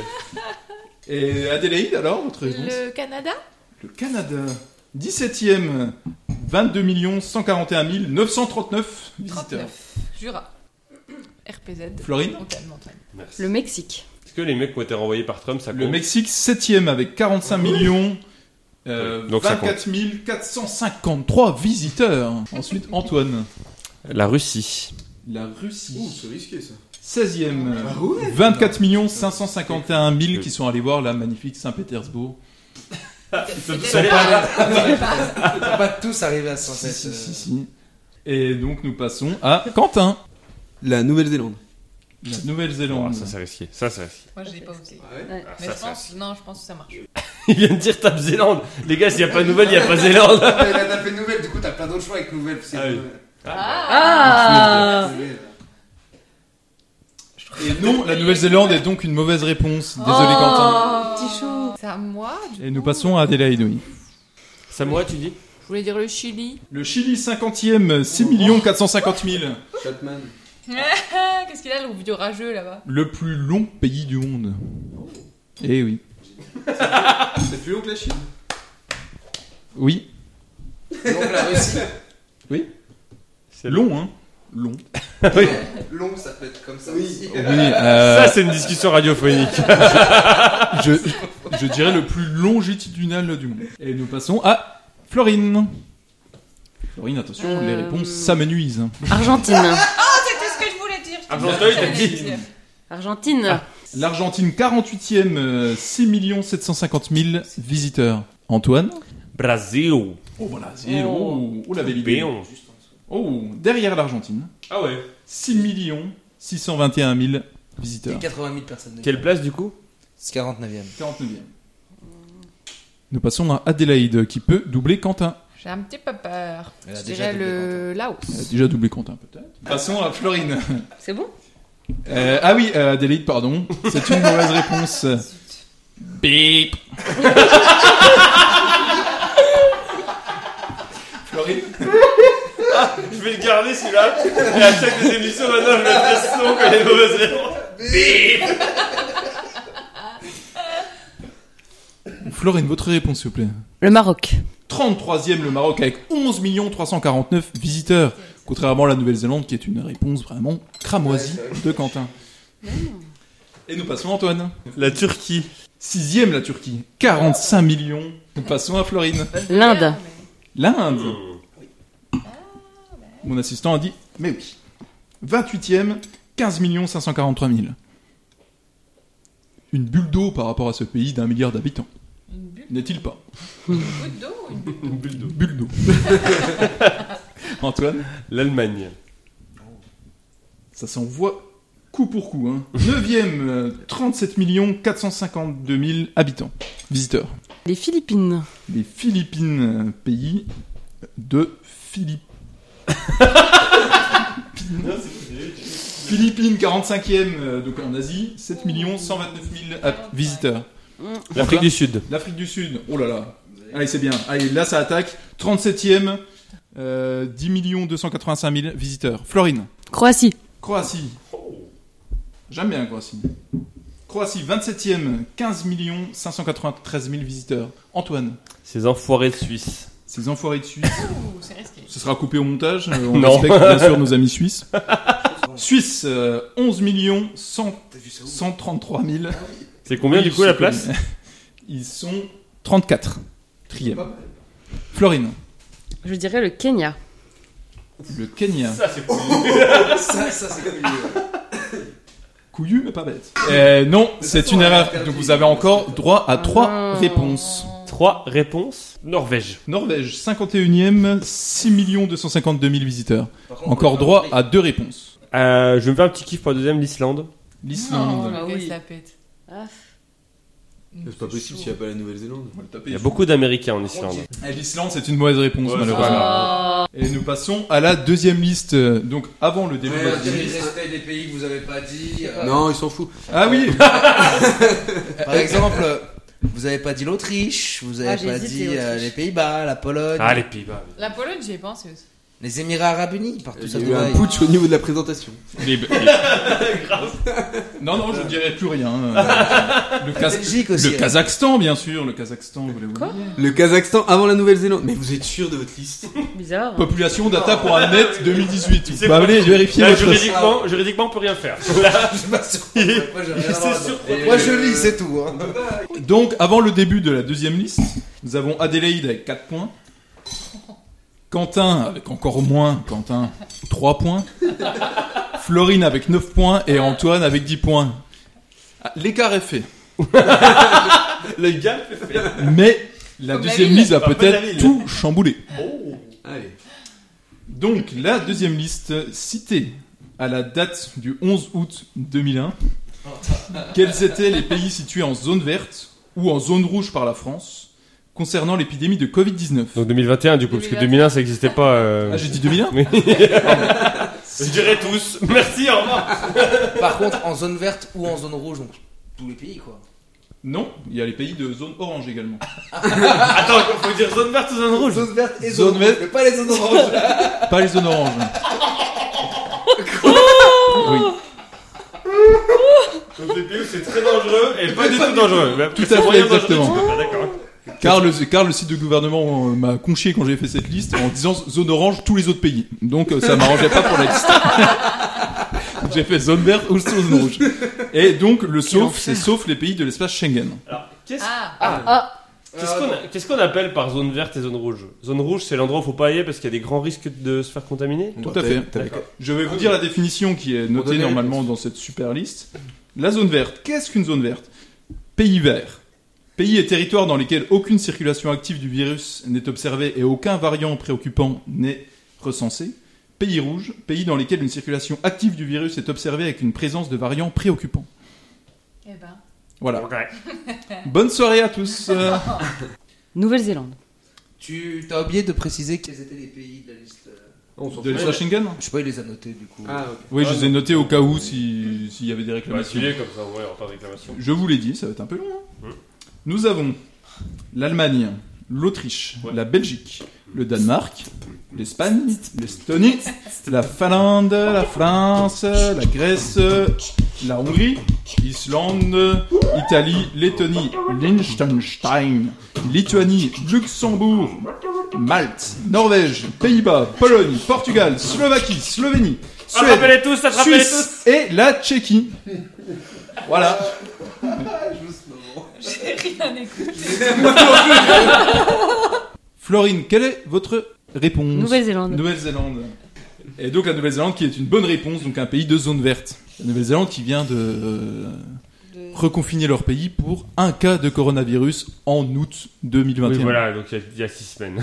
Speaker 2: Et Adélaïde alors, votre réponse
Speaker 4: Le Canada.
Speaker 2: Le Canada, 17e, 22 millions 141 939 visiteurs.
Speaker 4: 39. Jura. RPZ.
Speaker 2: Florine
Speaker 4: Montagne, montagne.
Speaker 5: Le Mexique.
Speaker 1: Est-ce que les mecs qui ont été renvoyés par Trump, ça compte
Speaker 2: Le Mexique, 7 avec 45 millions. euh,
Speaker 1: Ouais, donc ça
Speaker 2: 24 453 visiteurs. Ensuite, Antoine.
Speaker 1: La Russie.
Speaker 2: La Russie.
Speaker 3: c'est risqué ça.
Speaker 2: 16e. euh,
Speaker 6: Ah ouais
Speaker 2: 24 551 000 qui sont allés voir la magnifique Saint-Pétersbourg.
Speaker 1: allés
Speaker 6: On va pas tous arriver à 107.
Speaker 2: Si, si, si, si. Et donc, nous passons à Quentin.
Speaker 3: La Nouvelle-Zélande.
Speaker 2: La
Speaker 1: Oh,
Speaker 2: Nouvelle-Zélande.
Speaker 1: ça, c'est risqué. Ça, c'est risqué.
Speaker 4: Moi, je l'ai pas osé.
Speaker 1: Ah,
Speaker 4: Mais
Speaker 1: ça,
Speaker 4: je
Speaker 1: c'est
Speaker 4: pense, non, je pense que ça marche.
Speaker 1: risqué. Il vient de dire Tape Zélande. Les gars, s'il n'y a pas de nouvelles, il n'y a pas Zélande.
Speaker 6: T'as fait nouvelle, du coup, t'as plein d'autres choix avec nouvelle. parce que-
Speaker 1: Ah oui.
Speaker 5: Ah
Speaker 2: Et non, la Nouvelle-Zélande est donc une mauvaise réponse. Désolé,
Speaker 4: Oh.
Speaker 2: Quentin.
Speaker 5: Petit chou.
Speaker 4: C'est à moi. du
Speaker 2: Et nous
Speaker 4: coup.
Speaker 2: passons à Adélaïde, oui.
Speaker 1: Samoa, tu dis
Speaker 4: Je voulais dire le Chili.
Speaker 2: Le Chili, 50e, 6 450 000.
Speaker 3: Chapman.
Speaker 4: Ah, Qu'est-ce qu'il a, le vieux rageux là-bas
Speaker 2: Le plus long pays du monde. Eh oui.
Speaker 3: C'est plus long que la Chine.
Speaker 2: Oui.
Speaker 6: Donc la Russie.
Speaker 1: C'est
Speaker 2: Long, hein Long.
Speaker 6: Long, ça peut être comme ça.
Speaker 3: Oui.
Speaker 2: Oui, euh,
Speaker 1: Ça, c'est une discussion radiophonique.
Speaker 2: je, je dirais le plus longitudinal du monde. Et nous passons à Florine. Florine, attention, les
Speaker 5: Euh,
Speaker 2: réponses s'amenuisent.
Speaker 5: Argentine.
Speaker 4: Ah, C'est tout ce que je voulais dire. je te
Speaker 1: Argenteuil,
Speaker 4: jure,
Speaker 1: t'as
Speaker 4: j'allais
Speaker 1: dit.
Speaker 4: dire.
Speaker 5: Argentine.
Speaker 2: L'Argentine, 48e, euh, 6 750 000 visiteurs. Antoine
Speaker 1: Brasil.
Speaker 2: Oh, voilà, c'est... Oh, oh, la belle idée.
Speaker 1: Béon.
Speaker 2: Oh, derrière l'Argentine,
Speaker 1: Ah ouais.
Speaker 2: 6 621 000
Speaker 6: Il y a
Speaker 2: visiteurs.
Speaker 6: 80 000 personnes.
Speaker 1: Quelle place du coup
Speaker 6: C'est 49ème.
Speaker 2: 49e. Nous passons à Adélaïde qui peut doubler Quentin.
Speaker 4: J'ai un petit peu peur.
Speaker 6: Elle a
Speaker 4: Je
Speaker 6: déjà
Speaker 4: dirais le
Speaker 2: Elle a
Speaker 4: Laos.
Speaker 2: déjà doublé Quentin peut-être. Passons à Florine.
Speaker 5: C'est bon
Speaker 2: Euh, ah oui, euh, Adélaïde, pardon. C'est une mauvaise réponse. Bip. Florine
Speaker 1: Je vais le garder celui-là. Et à chaque des émissions, maintenant, je vais faire ce son quand il y a une mauvaise réponse.
Speaker 2: Florine, votre réponse s'il vous plaît.
Speaker 5: Le Maroc.
Speaker 2: 33e le Maroc avec 11 349 visiteurs. Contrairement à la Nouvelle-Zélande qui est une réponse vraiment cramoisie de Quentin. Et nous passons à Antoine.
Speaker 1: La Turquie.
Speaker 2: Sixième la Turquie, 45 millions. Nous passons à Florine.
Speaker 5: L'Inde.
Speaker 2: L'Inde. Mon assistant a dit Mais oui. 28ème, 15 543 000. Une bulle d'eau par rapport à ce pays d'un milliard d'habitants.
Speaker 4: Une bulle
Speaker 2: N'est-il pas
Speaker 4: une goutte d'eau ou une bulle
Speaker 2: Une bulle d'eau. Antoine,
Speaker 1: L'Allemagne.
Speaker 2: ça s'envoie coup pour coup. Hein. 9ème, euh, 37 452 000 habitants, visiteurs.
Speaker 5: Les Philippines.
Speaker 2: Les Philippines, euh, pays de Philippe. Philippines, 45e, euh, donc en Asie, 7 129 000 hab- ah, visiteurs.
Speaker 1: L'Afrique du Sud.
Speaker 2: L'Afrique du Sud, oh là là. Allez, c'est bien. Allez, là, ça attaque. 37e, euh, 10 285 000 visiteurs. Florine,
Speaker 5: Croatie.
Speaker 2: Croatie. J'aime bien la Croatie. Croatie, 27e, 15 593 000 visiteurs. Antoine,
Speaker 1: Ces enfoirés de Suisse.
Speaker 2: ces enfoirés de Suisse.
Speaker 4: Ouh, c'est risqué.
Speaker 2: Ce sera coupé au montage. euh, on
Speaker 1: Non.
Speaker 2: respecte bien sûr nos amis suisses. Suisse, euh, 11 100 133 000.
Speaker 1: C'est combien du coup la place
Speaker 2: Ils sont 34. Trième. Florine,
Speaker 5: Je dirais le Kenya.
Speaker 2: le Kenya.
Speaker 1: Ça, c'est cool.
Speaker 6: Ça, ça c'est comme
Speaker 2: Couillu, mais pas bête. Euh, non, c'est
Speaker 6: façon,
Speaker 2: une
Speaker 6: on a
Speaker 2: erreur.
Speaker 6: perdu.
Speaker 2: Donc vous avez encore droit à trois
Speaker 5: Ah.
Speaker 2: réponses.
Speaker 1: Trois réponses. Norvège.
Speaker 2: Norvège, 51e, 6 252 000 visiteurs. Encore droit à deux réponses.
Speaker 1: Euh, je vais me faire un petit kiff pour la deuxième, l'Islande.
Speaker 2: L'Islande.
Speaker 5: Ah
Speaker 4: Bah oui.
Speaker 5: oui.
Speaker 4: la pète.
Speaker 5: Ah.
Speaker 3: C'est pas possible s'il n'y a pas la Nouvelle-Zélande.
Speaker 1: Il y a beaucoup d'Américains en Islande.
Speaker 2: Eh, L'Islande, c'est une mauvaise réponse,
Speaker 1: Ouais,
Speaker 2: malheureusement. Et nous passons à la deuxième liste. euh, Donc, avant le début de
Speaker 6: Ouais,
Speaker 2: la
Speaker 6: dire
Speaker 2: liste.
Speaker 6: les aspects des pays que vous avez pas dit. euh,
Speaker 3: Non, il s'en fout.
Speaker 2: Ah oui
Speaker 6: Par exemple, euh, vous avez pas dit l'Autriche, vous
Speaker 5: Ah,
Speaker 6: avez pas
Speaker 5: j'hésite,
Speaker 6: dit
Speaker 5: les
Speaker 6: euh,
Speaker 5: Autriches.
Speaker 6: les Pays-Bas, la Pologne,
Speaker 1: Ah, les Pays-Bas.
Speaker 4: La Pologne, j'y ai pensé aussi.
Speaker 6: les Émirats Arabes Unis, partout
Speaker 3: Il
Speaker 6: ça
Speaker 3: y a eu un
Speaker 6: Dubaï.
Speaker 3: putsch au niveau de la présentation.
Speaker 2: Les- les- Non, non, je ne dirai plus rien. Euh, Le, Kaz-
Speaker 6: Belgique aussi. hein.
Speaker 2: le Kazakhstan, bien sûr. Le Kazakhstan, vous l'avez
Speaker 5: Quoi
Speaker 2: oublié.
Speaker 3: Le Kazakhstan avant la Nouvelle-Zélande. Mais vous êtes sûr de votre liste
Speaker 5: Bizarre.
Speaker 2: Population data pour un net 2018.
Speaker 1: C'est
Speaker 2: Vous pouvez aller vérifier
Speaker 1: Là,
Speaker 2: votre-
Speaker 1: juridiquement, juridiquement, on peut rien faire.
Speaker 6: Je suis pas sûr. Moi, j'ai rien
Speaker 1: Il
Speaker 6: à voir
Speaker 1: s'est
Speaker 6: là-dedans.
Speaker 1: surpris.
Speaker 6: Moi, je lis, c'est tout. hein.
Speaker 2: Donc, avant le début de la deuxième liste, nous avons Adélaïde avec 4 points. Quentin avec encore moins, Quentin 3 points. Florine avec 9 points et Antoine avec 10 points. Ah, L'écart est fait.
Speaker 1: Le gars fait faire.
Speaker 2: Mais la
Speaker 4: Comme la
Speaker 2: deuxième
Speaker 4: ville.
Speaker 2: liste va
Speaker 1: Comme la
Speaker 2: peut-être
Speaker 1: ville. Oh.
Speaker 2: tout chambouler.
Speaker 3: Allez.
Speaker 2: Donc, la deuxième liste citée à la date du 11 août 2001. Quels étaient les pays situés en zone verte ou en zone rouge par la France concernant l'épidémie de Covid-19
Speaker 1: Donc 2021 du coup, parce que 2001 ça n'existait pas. euh,
Speaker 2: Ah, j'ai dit 2001
Speaker 1: oui. Je dirais tous. Merci, au revoir.
Speaker 6: Par contre, en zone verte ou en zone rouge, donc tous les pays quoi.
Speaker 2: Non, il y a les pays de zone orange également.
Speaker 1: Attends, faut dire zone verte ou zone rouge
Speaker 6: Zone verte et
Speaker 2: Zone
Speaker 6: zone,
Speaker 2: verte.
Speaker 6: rouge, mais pas les zones oranges.
Speaker 2: Pas les zones oranges. oui,
Speaker 1: Donc les pays où c'est très dangereux et pas du tout dangereux. Mais après,
Speaker 2: Tout
Speaker 1: c'est
Speaker 2: à fait,
Speaker 1: moyen dangereux,
Speaker 2: exactement.
Speaker 1: tu peux pas, D'accord.
Speaker 2: car le, car le site de gouvernement euh, m'a conché quand j'ai fait cette liste en disant zone orange tous les autres pays. Donc euh, ça m'arrangeait pas pour la liste. j'ai fait zone verte ou zone rouge. Et donc le sauf, c'est sauf les pays de l'espace Schengen.
Speaker 1: Alors, qu'est-ce
Speaker 4: Ah,
Speaker 1: qu'est-ce qu'on a- qu'est-ce qu'on appelle par zone verte et zone rouge Zone rouge, c'est l'endroit où faut pas aller parce qu'il y a des grands risques de se faire contaminer
Speaker 2: Tout à fait.
Speaker 1: D'accord.
Speaker 2: Je vais vous dire la définition qui est notée
Speaker 3: donner la
Speaker 2: normalement dans cette super liste. La zone verte, qu'est-ce qu'une zone verte Pays vert. Pays et territoires dans lesquels aucune circulation active du virus n'est observée et aucun variant préoccupant n'est recensé. Pays rouge, pays dans lesquels une circulation active du virus est observée avec une présence de variants préoccupants.
Speaker 4: eh ben.
Speaker 2: Voilà.
Speaker 1: Ouais.
Speaker 2: Bonne soirée à tous. Euh,
Speaker 5: Nouvelle-Zélande.
Speaker 6: Tu t'as oublié de préciser quels étaient les pays de la liste. euh.
Speaker 2: de l'espace Schengen
Speaker 6: Je sais pas, il les a notés du coup.
Speaker 3: Ah, ok.
Speaker 2: Oui, je les ai notés au cas où si- s'il y avait des
Speaker 1: Bah,
Speaker 2: réclamations.
Speaker 1: tu l'es comme ça, ouais, on va pas de réclamation.
Speaker 2: Je vous l'ai dit, ça va être un peu long. hein.
Speaker 1: Ouais.
Speaker 2: Nous avons l'Allemagne, l'Autriche,
Speaker 1: Ouais.
Speaker 2: la Belgique, le Danemark, l'Espagne, l'Estonie, la Finlande, la France, la Grèce, la Hongrie, l'Islande, Italie, Lettonie, Liechtenstein, Lituanie, Luxembourg, Malte, Norvège, Pays-Bas, Pologne, Portugal, Slovaquie, Slovénie,
Speaker 1: Ah,
Speaker 2: Suède,
Speaker 1: Attrapez-les tous, attrapez-les tous
Speaker 2: Suisse et la Tchéquie. Voilà.
Speaker 4: J'ai rien écouté.
Speaker 2: Florine, quelle est votre réponse
Speaker 5: Nouvelle-Zélande.
Speaker 2: Nouvelle-Zélande. Et donc la Nouvelle-Zélande qui est une bonne réponse, donc un pays de zone verte. La Nouvelle-Zélande qui vient de euh,
Speaker 4: De-
Speaker 2: reconfiner leur pays pour un cas de coronavirus en août 2021.
Speaker 1: Oui, voilà, donc il y a- il y, a six semaines.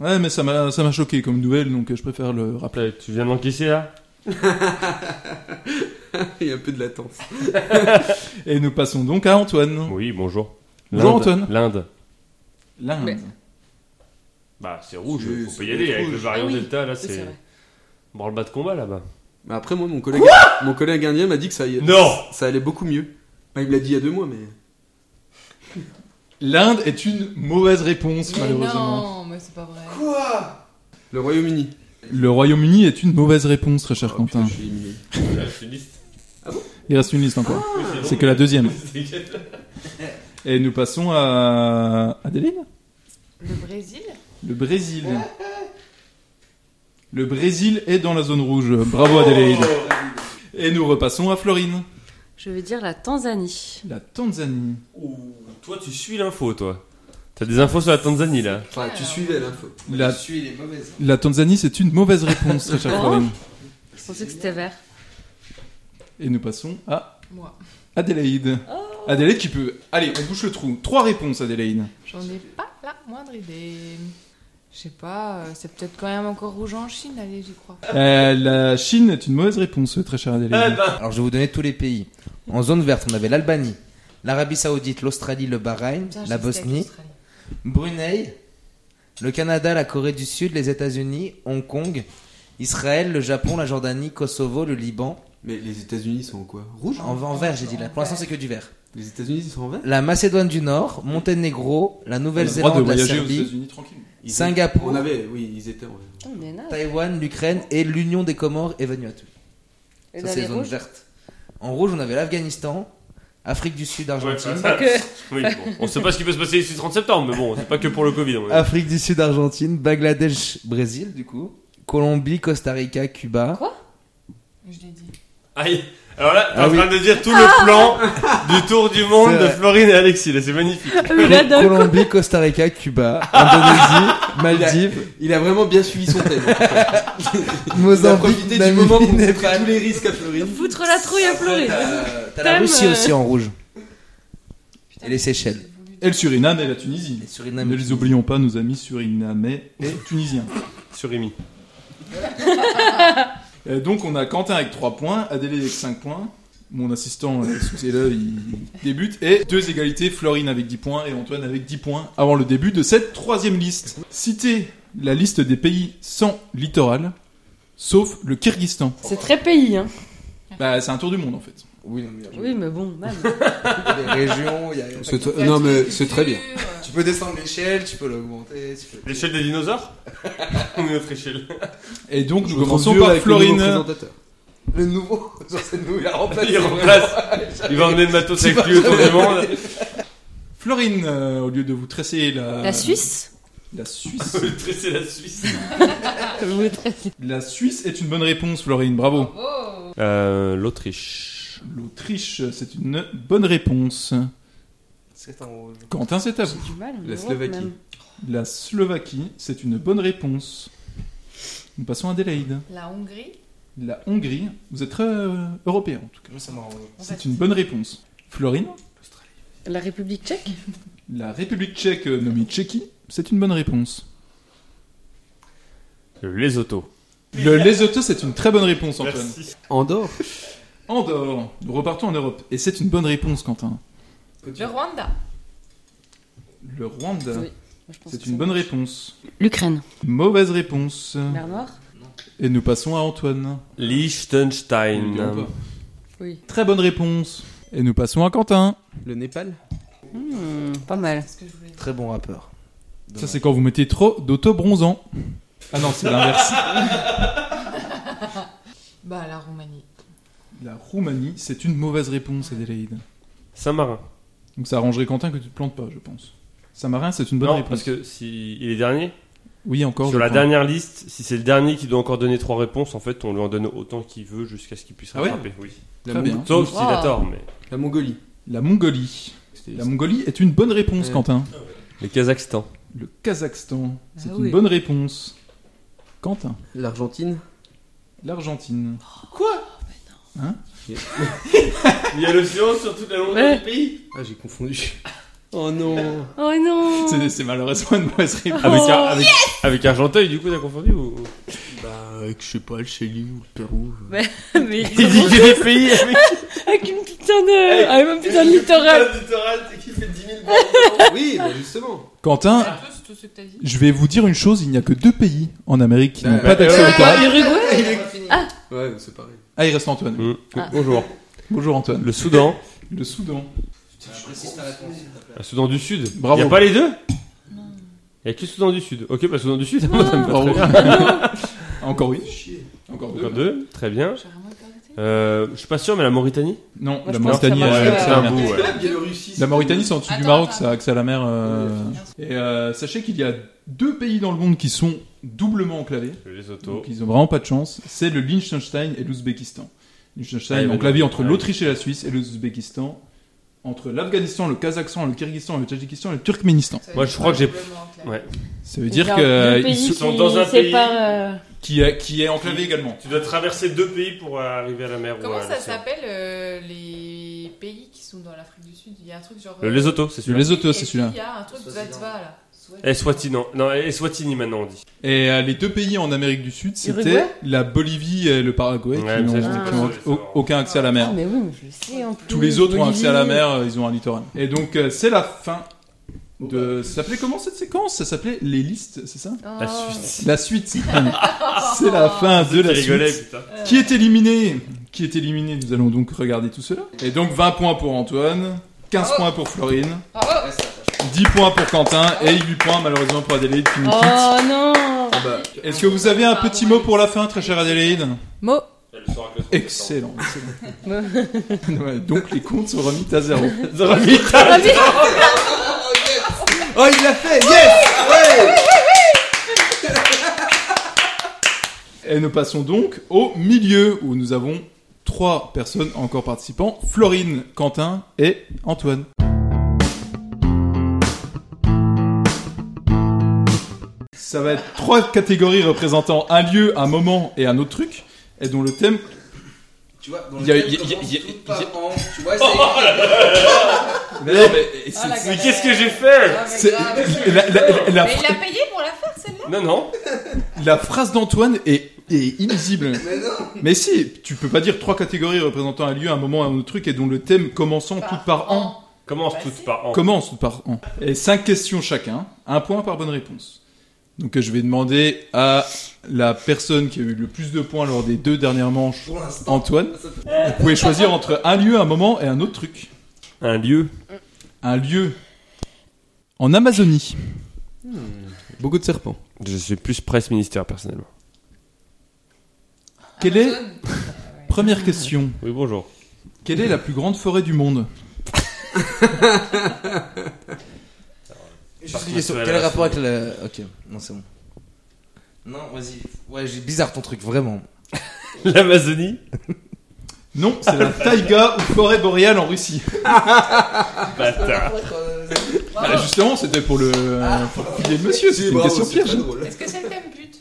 Speaker 2: Ouais, mais ça m'a ça m'a choqué comme nouvelle, donc euh, je préfère le rappeler.
Speaker 1: Après, tu viens d'encaisser là
Speaker 3: Il y a un peu de latence.
Speaker 2: Et nous passons donc à Antoine.
Speaker 1: Oui, bonjour.
Speaker 2: Bonjour,
Speaker 1: L'Inde-
Speaker 2: Antoine.
Speaker 1: L'Inde.
Speaker 2: L'Inde.
Speaker 5: Mais-
Speaker 1: Bah, c'est rouge,
Speaker 3: Oui,
Speaker 1: on
Speaker 3: c'est
Speaker 1: peut y aller. Avec
Speaker 3: rouge.
Speaker 1: le variant
Speaker 4: Ah oui,
Speaker 1: Delta, là,
Speaker 4: c'est
Speaker 1: c'est.
Speaker 4: vrai.
Speaker 1: Bon, le bas de combat là-bas.
Speaker 3: Mais après, moi, mon collègue, mon collègue indien m'a dit que ça, y-
Speaker 1: Non
Speaker 3: ça allait beaucoup mieux. Bah, il me l'a dit il y a deux mois, mais.
Speaker 2: L'Inde est une mauvaise réponse,
Speaker 4: Mais
Speaker 2: malheureusement.
Speaker 4: non, mais c'est pas vrai.
Speaker 6: Quoi
Speaker 3: Le Royaume-Uni.
Speaker 2: Le Royaume-Uni est une mauvaise réponse, très cher
Speaker 3: Oh, putain,
Speaker 2: Quentin.
Speaker 3: je suis éliminé.
Speaker 1: Là, je suis liste.
Speaker 2: Il reste une liste encore. C'est que la deuxième. Et nous passons à Adeline
Speaker 4: Le Brésil
Speaker 2: Le Brésil. Le Brésil est dans la zone rouge. Bravo Adélaïde. Et nous repassons à Florine.
Speaker 5: Je vais dire la Tanzanie.
Speaker 2: La Tanzanie.
Speaker 1: Ouh, toi, tu suis l'info, toi. T'as des infos sur la Tanzanie là
Speaker 3: Enfin, tu suivais l'info.
Speaker 2: La,
Speaker 6: Je suis les mauvaises.
Speaker 2: la Tanzanie, c'est une mauvaise réponse, très chère Florine.
Speaker 5: Je pensais que c'était vert.
Speaker 2: Et nous passons à
Speaker 4: Moi.
Speaker 2: Adélaïde. Adélaïde qui peut... Allez, on bouche le trou. Trois réponses, Adélaïde.
Speaker 4: J'en ai pas la moindre idée. Je sais pas, euh, c'est peut-être quand même encore rouge en Chine, allez, j'y crois.
Speaker 2: Euh, la Chine est une mauvaise réponse, très chère Adélaïde.
Speaker 6: Alors je vais vous donner tous les pays. En zone verte, on avait l'Albanie, l'Arabie Saoudite, l'Australie, le Bahreïn,
Speaker 4: Putain, je
Speaker 6: la
Speaker 4: sais que c'était avec
Speaker 6: Bosnie,
Speaker 4: l'Australie.
Speaker 6: Brunei, le Canada, la Corée du Sud, les États-Unis, Hong Kong, Israël, le Japon, la Jordanie, Kosovo, le Liban.
Speaker 3: Mais les États-Unis sont en quoi Rouge
Speaker 6: En, en vert, j'ai dit là. Pour l'instant, c'est que du vert.
Speaker 3: Les États-Unis, ils sont en vert
Speaker 6: La Macédoine du Nord, Monténégro, la Nouvelle-Zélande, la Serbie,
Speaker 2: tranquille.
Speaker 3: Ils étaient-
Speaker 6: Singapour,
Speaker 3: On avait, oui, ils étaient en vert.
Speaker 5: Putain, mais non.
Speaker 6: Taïwan, l'Ukraine et l'Union des Comores et Vanuatu.
Speaker 5: Et
Speaker 6: Ça,
Speaker 5: dans
Speaker 6: c'est
Speaker 5: les
Speaker 6: les zones
Speaker 5: rouges
Speaker 6: vertes. En rouge, on avait l'Afghanistan, Afrique du Sud, Argentine.
Speaker 1: Ouais, bah, ça- oui, bon. On sait pas ce qui peut se passer ici 30 septembre, mais bon, c'est pas que pour le Covid. on est-
Speaker 6: Afrique du Sud, Argentine, Bangladesh, Brésil, du coup. Colombie, Costa Rica, Cuba.
Speaker 5: Quoi
Speaker 4: Je l'ai dit.
Speaker 1: Aïe Alors là, t'es
Speaker 6: Ah
Speaker 1: en
Speaker 6: oui.
Speaker 1: train de dire tout le plan du tour du monde
Speaker 6: C'est
Speaker 1: de
Speaker 6: vrai.
Speaker 1: Florine et Alexis, là, c'est magnifique.
Speaker 5: Mais là, d'un coup.
Speaker 6: Colombie, Costa Rica, Cuba, Indonésie, Maldives,
Speaker 3: Il a vraiment bien suivi son thème. Il a
Speaker 6: Mozambique,
Speaker 3: profité du moment
Speaker 6: Namibie,
Speaker 3: pour montrer
Speaker 6: Népal.
Speaker 3: tous les risques à Floride.
Speaker 5: Foutre la trouille à pleurer.
Speaker 6: Euh, T'as la
Speaker 5: Thème,
Speaker 6: Russie
Speaker 5: euh,
Speaker 6: aussi en rouge.
Speaker 4: Putain,
Speaker 6: Et les Seychelles.
Speaker 4: j'ai voulu
Speaker 2: Et
Speaker 4: dire-
Speaker 2: le Suriname et la Tunisie.
Speaker 6: Et
Speaker 2: Ne
Speaker 6: Suriname.
Speaker 2: les oublions pas, nos amis surinamais et tunisiens.
Speaker 1: Sur Rémi.
Speaker 2: Euh, donc on a Quentin avec 3 points, Adélaïde avec 5 points. Mon assistant, euh, excusez-le, il débute. Et deux égalités, Florine avec 10 points et Antoine avec 10 points avant le début de cette troisième liste. Citez la liste des pays sans littoral, sauf le Kyrgyzstan.
Speaker 5: C'est très pays, hein.
Speaker 2: Bah c'est un tour du monde en fait.
Speaker 6: Oui, non, mais il y a-
Speaker 5: Oui, mais bon, même.
Speaker 6: il y a les régions, il y a-
Speaker 3: C'est- euh, non, mais c'est très bien.
Speaker 6: Tu peux descendre l'échelle, tu peux l'augmenter. tu peux-
Speaker 1: L'échelle des dinosaures Ou une autre échelle
Speaker 2: Et donc nous
Speaker 3: Je me trouve
Speaker 2: commençons
Speaker 3: dur
Speaker 2: par
Speaker 3: avec le nouveau
Speaker 2: Florine.
Speaker 3: présentateur.
Speaker 6: Le nouveau, genre c'est nous, il a remplacé.
Speaker 1: Il remplace. Il va emmener le matos avec lui autour du monde.
Speaker 2: Florine, euh, au lieu de vous tresser la...
Speaker 5: La Suisse
Speaker 2: La Suisse.
Speaker 1: Tresser la Suisse.
Speaker 5: Je vous traite.
Speaker 2: la Suisse est une bonne réponse, Florine, bravo.
Speaker 1: Euh, l'Autriche.
Speaker 2: L'Autriche, c'est une bonne réponse.
Speaker 6: C'est un rouge.
Speaker 2: Quentin, c'est à vous.
Speaker 5: Du mal, on
Speaker 3: La
Speaker 5: voit,
Speaker 3: Slovaquie.
Speaker 5: même.
Speaker 2: La Slovaquie, c'est une bonne réponse. Nous passons à Adélaïde.
Speaker 4: La Hongrie
Speaker 2: La Hongrie, vous êtes très euh, européen en tout cas.
Speaker 6: Comment ça m'a rendu
Speaker 4: en fait.
Speaker 2: C'est une bonne réponse. Florine,
Speaker 5: La République tchèque
Speaker 2: la République tchèque euh, nommée Tchéquie, c'est une bonne réponse.
Speaker 1: Le Lesotho.
Speaker 2: Le Lesotho, c'est une très bonne réponse, Antoine.
Speaker 3: Andorre
Speaker 2: Andorre, nous repartons en Europe. Et c'est une bonne réponse, Quentin.
Speaker 4: Le Rwanda
Speaker 2: Le Rwanda,
Speaker 5: Oui, Moi, je pense
Speaker 2: c'est
Speaker 5: que
Speaker 2: une bonne réponse.
Speaker 5: L'Ukraine.
Speaker 2: Mauvaise réponse.
Speaker 5: Mer Noire
Speaker 2: Et nous passons à Antoine. Nous le dirons
Speaker 1: Liechtenstein.
Speaker 2: pas.
Speaker 5: Oui.
Speaker 2: Très bonne réponse. Et nous passons à Quentin.
Speaker 3: Le Népal
Speaker 5: Hmm, pas mal.
Speaker 4: Qu'est-ce que je voulais dire
Speaker 6: Très bon rappeur.
Speaker 2: Ça, c'est quand vous mettez trop d'auto-bronzant. Ah non, c'est l'inverse.
Speaker 4: Bah, la Roumanie.
Speaker 2: La Roumanie, c'est une mauvaise réponse, Adélaïde.
Speaker 1: Saint-Marin.
Speaker 2: Donc ça arrangerait Quentin que tu te plantes pas, je pense. Saint-Marin, c'est une bonne
Speaker 1: Non,
Speaker 2: réponse.
Speaker 1: parce que si il est dernier.
Speaker 2: Oui, encore.
Speaker 1: Sur
Speaker 2: je
Speaker 1: la
Speaker 2: crois.
Speaker 1: dernière liste, si c'est le dernier qui doit encore donner trois réponses, en fait, on lui en donne autant qu'il veut jusqu'à ce qu'il puisse
Speaker 2: Ah ouais
Speaker 1: rattraper. oui.
Speaker 3: la,
Speaker 2: Très
Speaker 3: Mong-
Speaker 2: bien.
Speaker 1: Sauf s'il a
Speaker 5: Wow.
Speaker 1: tort, mais.
Speaker 3: la Mongolie.
Speaker 2: La Mongolie. La Mongolie est une bonne réponse,
Speaker 3: Euh.
Speaker 2: Quentin.
Speaker 1: Le Kazakhstan.
Speaker 2: Le Kazakhstan, c'est
Speaker 5: Ah
Speaker 2: une
Speaker 5: oui.
Speaker 2: bonne réponse. Quentin.
Speaker 3: L'Argentine
Speaker 2: l'Argentine.
Speaker 1: Il y a le silence sur toute la longueur
Speaker 5: Ouais.
Speaker 1: du pays.
Speaker 3: Ah, j'ai confondu. Oh non
Speaker 5: Oh non
Speaker 2: C'est c'est malheureusement une mauvaise réponse.
Speaker 7: Avec, Ar- avec, avec Argenteuil, du coup, t'as confondu ou...
Speaker 3: Bah, avec, je sais pas, le Chili ou le Pérou.
Speaker 5: Ouais. Mais
Speaker 7: Il dit que des pays avec...
Speaker 5: avec une putain de... avec un putain de littoral
Speaker 1: Putain, littoral, c'est qui fait 10 000
Speaker 3: oui, bah, justement.
Speaker 2: Quentin,
Speaker 4: peu, c'est tout ce que t'as dit.
Speaker 2: je vais vous dire une chose, il n'y a que deux pays en Amérique qui
Speaker 3: Ouais.
Speaker 2: n'ont pas d'accès
Speaker 5: Ouais.
Speaker 2: au littoral.
Speaker 5: Ah, Uruguay
Speaker 3: Ouais, c'est pareil.
Speaker 2: Ah, il reste Antoine.
Speaker 1: Mmh.
Speaker 5: Ah.
Speaker 7: Bonjour.
Speaker 2: Bonjour Antoine.
Speaker 7: Le Soudan.
Speaker 2: Le Soudan.
Speaker 7: Le Soudan du Sud.
Speaker 2: Bravo.
Speaker 7: Y a pas les deux Il y a que le Soudan du Sud. Ok, bah Soudan du Sud, moi ça me va
Speaker 2: Bravo.
Speaker 7: très bien.
Speaker 2: Encore une Encore deux
Speaker 7: Encore deux, très bien.
Speaker 4: J'ai vraiment été arrêtée.
Speaker 7: Euh, je suis pas sûr, mais la Mauritanie
Speaker 2: Non,
Speaker 5: Moi,
Speaker 2: la
Speaker 5: je pense que
Speaker 2: Mauritanie, euh,
Speaker 5: la
Speaker 2: elle a accès à
Speaker 5: Mauritanie,
Speaker 7: C'est
Speaker 2: la
Speaker 7: un
Speaker 2: mer.
Speaker 7: bout, ouais.
Speaker 3: La Biélorussie.
Speaker 2: La Mauritanie, c'est en dessous du
Speaker 4: Attends,
Speaker 2: Maroc,
Speaker 4: attends.
Speaker 2: ça a accès à la mer. euh, Et euh, sachez qu'il y a deux pays dans le monde qui sont doublement enclavés.
Speaker 7: Les
Speaker 2: Donc
Speaker 7: autos.
Speaker 2: ils ont vraiment pas de chance. C'est le Liechtenstein et l'Ouzbékistan.
Speaker 7: Ah,
Speaker 2: Liechtenstein,
Speaker 7: ils
Speaker 2: donc
Speaker 7: vont-
Speaker 2: la vie entre
Speaker 7: ouais.
Speaker 2: l'Autriche et la Suisse, et l'Ouzbékistan entre l'Afghanistan, le Kazakhstan, le Kyrgyzstan, le Tadjikistan et le Turkménistan.
Speaker 4: Ça
Speaker 7: Moi,
Speaker 4: veut
Speaker 7: je
Speaker 4: dire
Speaker 7: crois que j'ai-
Speaker 4: probablement en clair.
Speaker 7: Ouais.
Speaker 2: Ça veut dire
Speaker 5: Genre,
Speaker 2: que
Speaker 5: deux
Speaker 2: ils
Speaker 5: pays
Speaker 2: sont-
Speaker 7: sont
Speaker 5: qui
Speaker 7: dans un pays.
Speaker 5: séparent, euh,
Speaker 2: qui, est- qui est enclavé également.
Speaker 7: Tu dois traverser deux pays pour euh, arriver à la mer. ou
Speaker 4: Comment
Speaker 7: à
Speaker 4: ça
Speaker 7: l'océan.
Speaker 4: s'appelle euh, les pays qui sont dans l'afrique du Sud Il y a un truc genre.
Speaker 7: Le Lesotho, c'est
Speaker 2: Le
Speaker 7: celui-là. Eh,
Speaker 2: Lesotho,
Speaker 4: Et
Speaker 2: c'est
Speaker 4: puis,
Speaker 2: celui-là.
Speaker 4: Il y a un truc de Vatva là.
Speaker 7: Eswatini, non. Non, Eswatini maintenant on dit.
Speaker 2: Et euh, les deux pays en Amérique du Sud, c'était
Speaker 5: Uruguay
Speaker 2: la Bolivie et le Paraguay
Speaker 7: Ouais,
Speaker 2: qui
Speaker 7: mais
Speaker 2: n'ont
Speaker 7: ça,
Speaker 5: j'étais
Speaker 2: qui
Speaker 5: pas
Speaker 2: n'ont
Speaker 7: sûr de
Speaker 2: au-
Speaker 7: savoir.
Speaker 2: aucun accès à la mer.
Speaker 5: Ah, mais oui, mais je le sais en plus.
Speaker 2: Tous les autres ont accès à la
Speaker 5: Bolivie.
Speaker 2: mer, euh, ils ont un littoral. Et donc euh, c'est la fin de... Ça s'appelait comment cette séquence Ça s'appelait les listes, c'est ça
Speaker 7: La
Speaker 5: Oh.
Speaker 7: Suisse.
Speaker 2: La suite. c'est la fin de
Speaker 7: J'ai
Speaker 2: la
Speaker 7: rigolé,
Speaker 2: suite.
Speaker 7: putain.
Speaker 2: Qui est éliminé Qui est éliminé Nous allons donc regarder tout cela. Et donc 20 points pour Antoine, 15
Speaker 5: Oh.
Speaker 2: points pour Florine,
Speaker 4: Bravo
Speaker 2: 10 points pour Quentin et 8 points malheureusement pour Adélaïde qui nous quitte.
Speaker 5: Oh Ah, non
Speaker 3: Bah,
Speaker 2: Est-ce que vous avez un petit mot pour la fin, très chère Adélaïde
Speaker 4: Mot
Speaker 2: Excellent. excellent. Ouais, donc les comptes sont remis à zéro.
Speaker 5: Ah, mais-
Speaker 3: Oh, il l'a fait Yes Ouais
Speaker 2: Et nous passons donc au milieu où nous avons trois personnes encore participants Florine, Quentin et Antoine. Ça va être trois catégories représentant un lieu, un moment et un autre truc, et dont le thème.
Speaker 6: Tu vois, dans
Speaker 2: Il y a-
Speaker 6: le thème,
Speaker 2: il y a-
Speaker 6: commence
Speaker 2: il y a-
Speaker 6: tout
Speaker 2: il y a-
Speaker 6: par an. Tu vois, c'est...
Speaker 4: c'est- Ah, la
Speaker 7: Mais qu'est-ce que j'ai fait
Speaker 2: c'est- la, la- la- la-
Speaker 4: Mais il l'a payé pour la faire celle-là
Speaker 7: Non, non.
Speaker 2: la phrase d'Antoine est, est illisible.
Speaker 6: Mais non
Speaker 2: Mais si, tu peux pas dire trois catégories représentant un lieu, un moment, un autre truc, et dont le thème commençant tout par an.
Speaker 7: Commence
Speaker 4: Bah,
Speaker 7: toutes
Speaker 4: si.
Speaker 7: par an.
Speaker 2: commence par an. Et cinq questions chacun, un point par bonne réponse. Donc euh, je vais demander à la personne qui a eu le plus de points lors des deux dernières manches,
Speaker 6: Pour l'instant,
Speaker 2: Antoine.
Speaker 6: ça te-
Speaker 2: Vous pouvez choisir entre un lieu, un moment et un autre truc.
Speaker 7: Un lieu.
Speaker 2: Un lieu en Amazonie,
Speaker 3: Beaucoup de serpents.
Speaker 7: Je suis plus presse ministère personnellement.
Speaker 4: Ah,
Speaker 2: Quel est- première question.
Speaker 7: Oui, bonjour.
Speaker 2: Quelle est la plus grande forêt du monde
Speaker 6: Juste une
Speaker 7: que
Speaker 6: question,
Speaker 7: tu vas
Speaker 6: quel
Speaker 7: la
Speaker 6: rapport avec le... Ok, non, c'est bon. Non, vas-y. Ouais, j'ai- bizarre ton truc, vraiment.
Speaker 7: L'Amazonie.
Speaker 2: Non, c'est la taïga ou forêt boréale en Russie.
Speaker 7: Bâtard.
Speaker 2: Bah, justement, c'était pour le, pour le couiller le monsieur, c'était une question piège.
Speaker 4: Est-ce que c'est le thème pute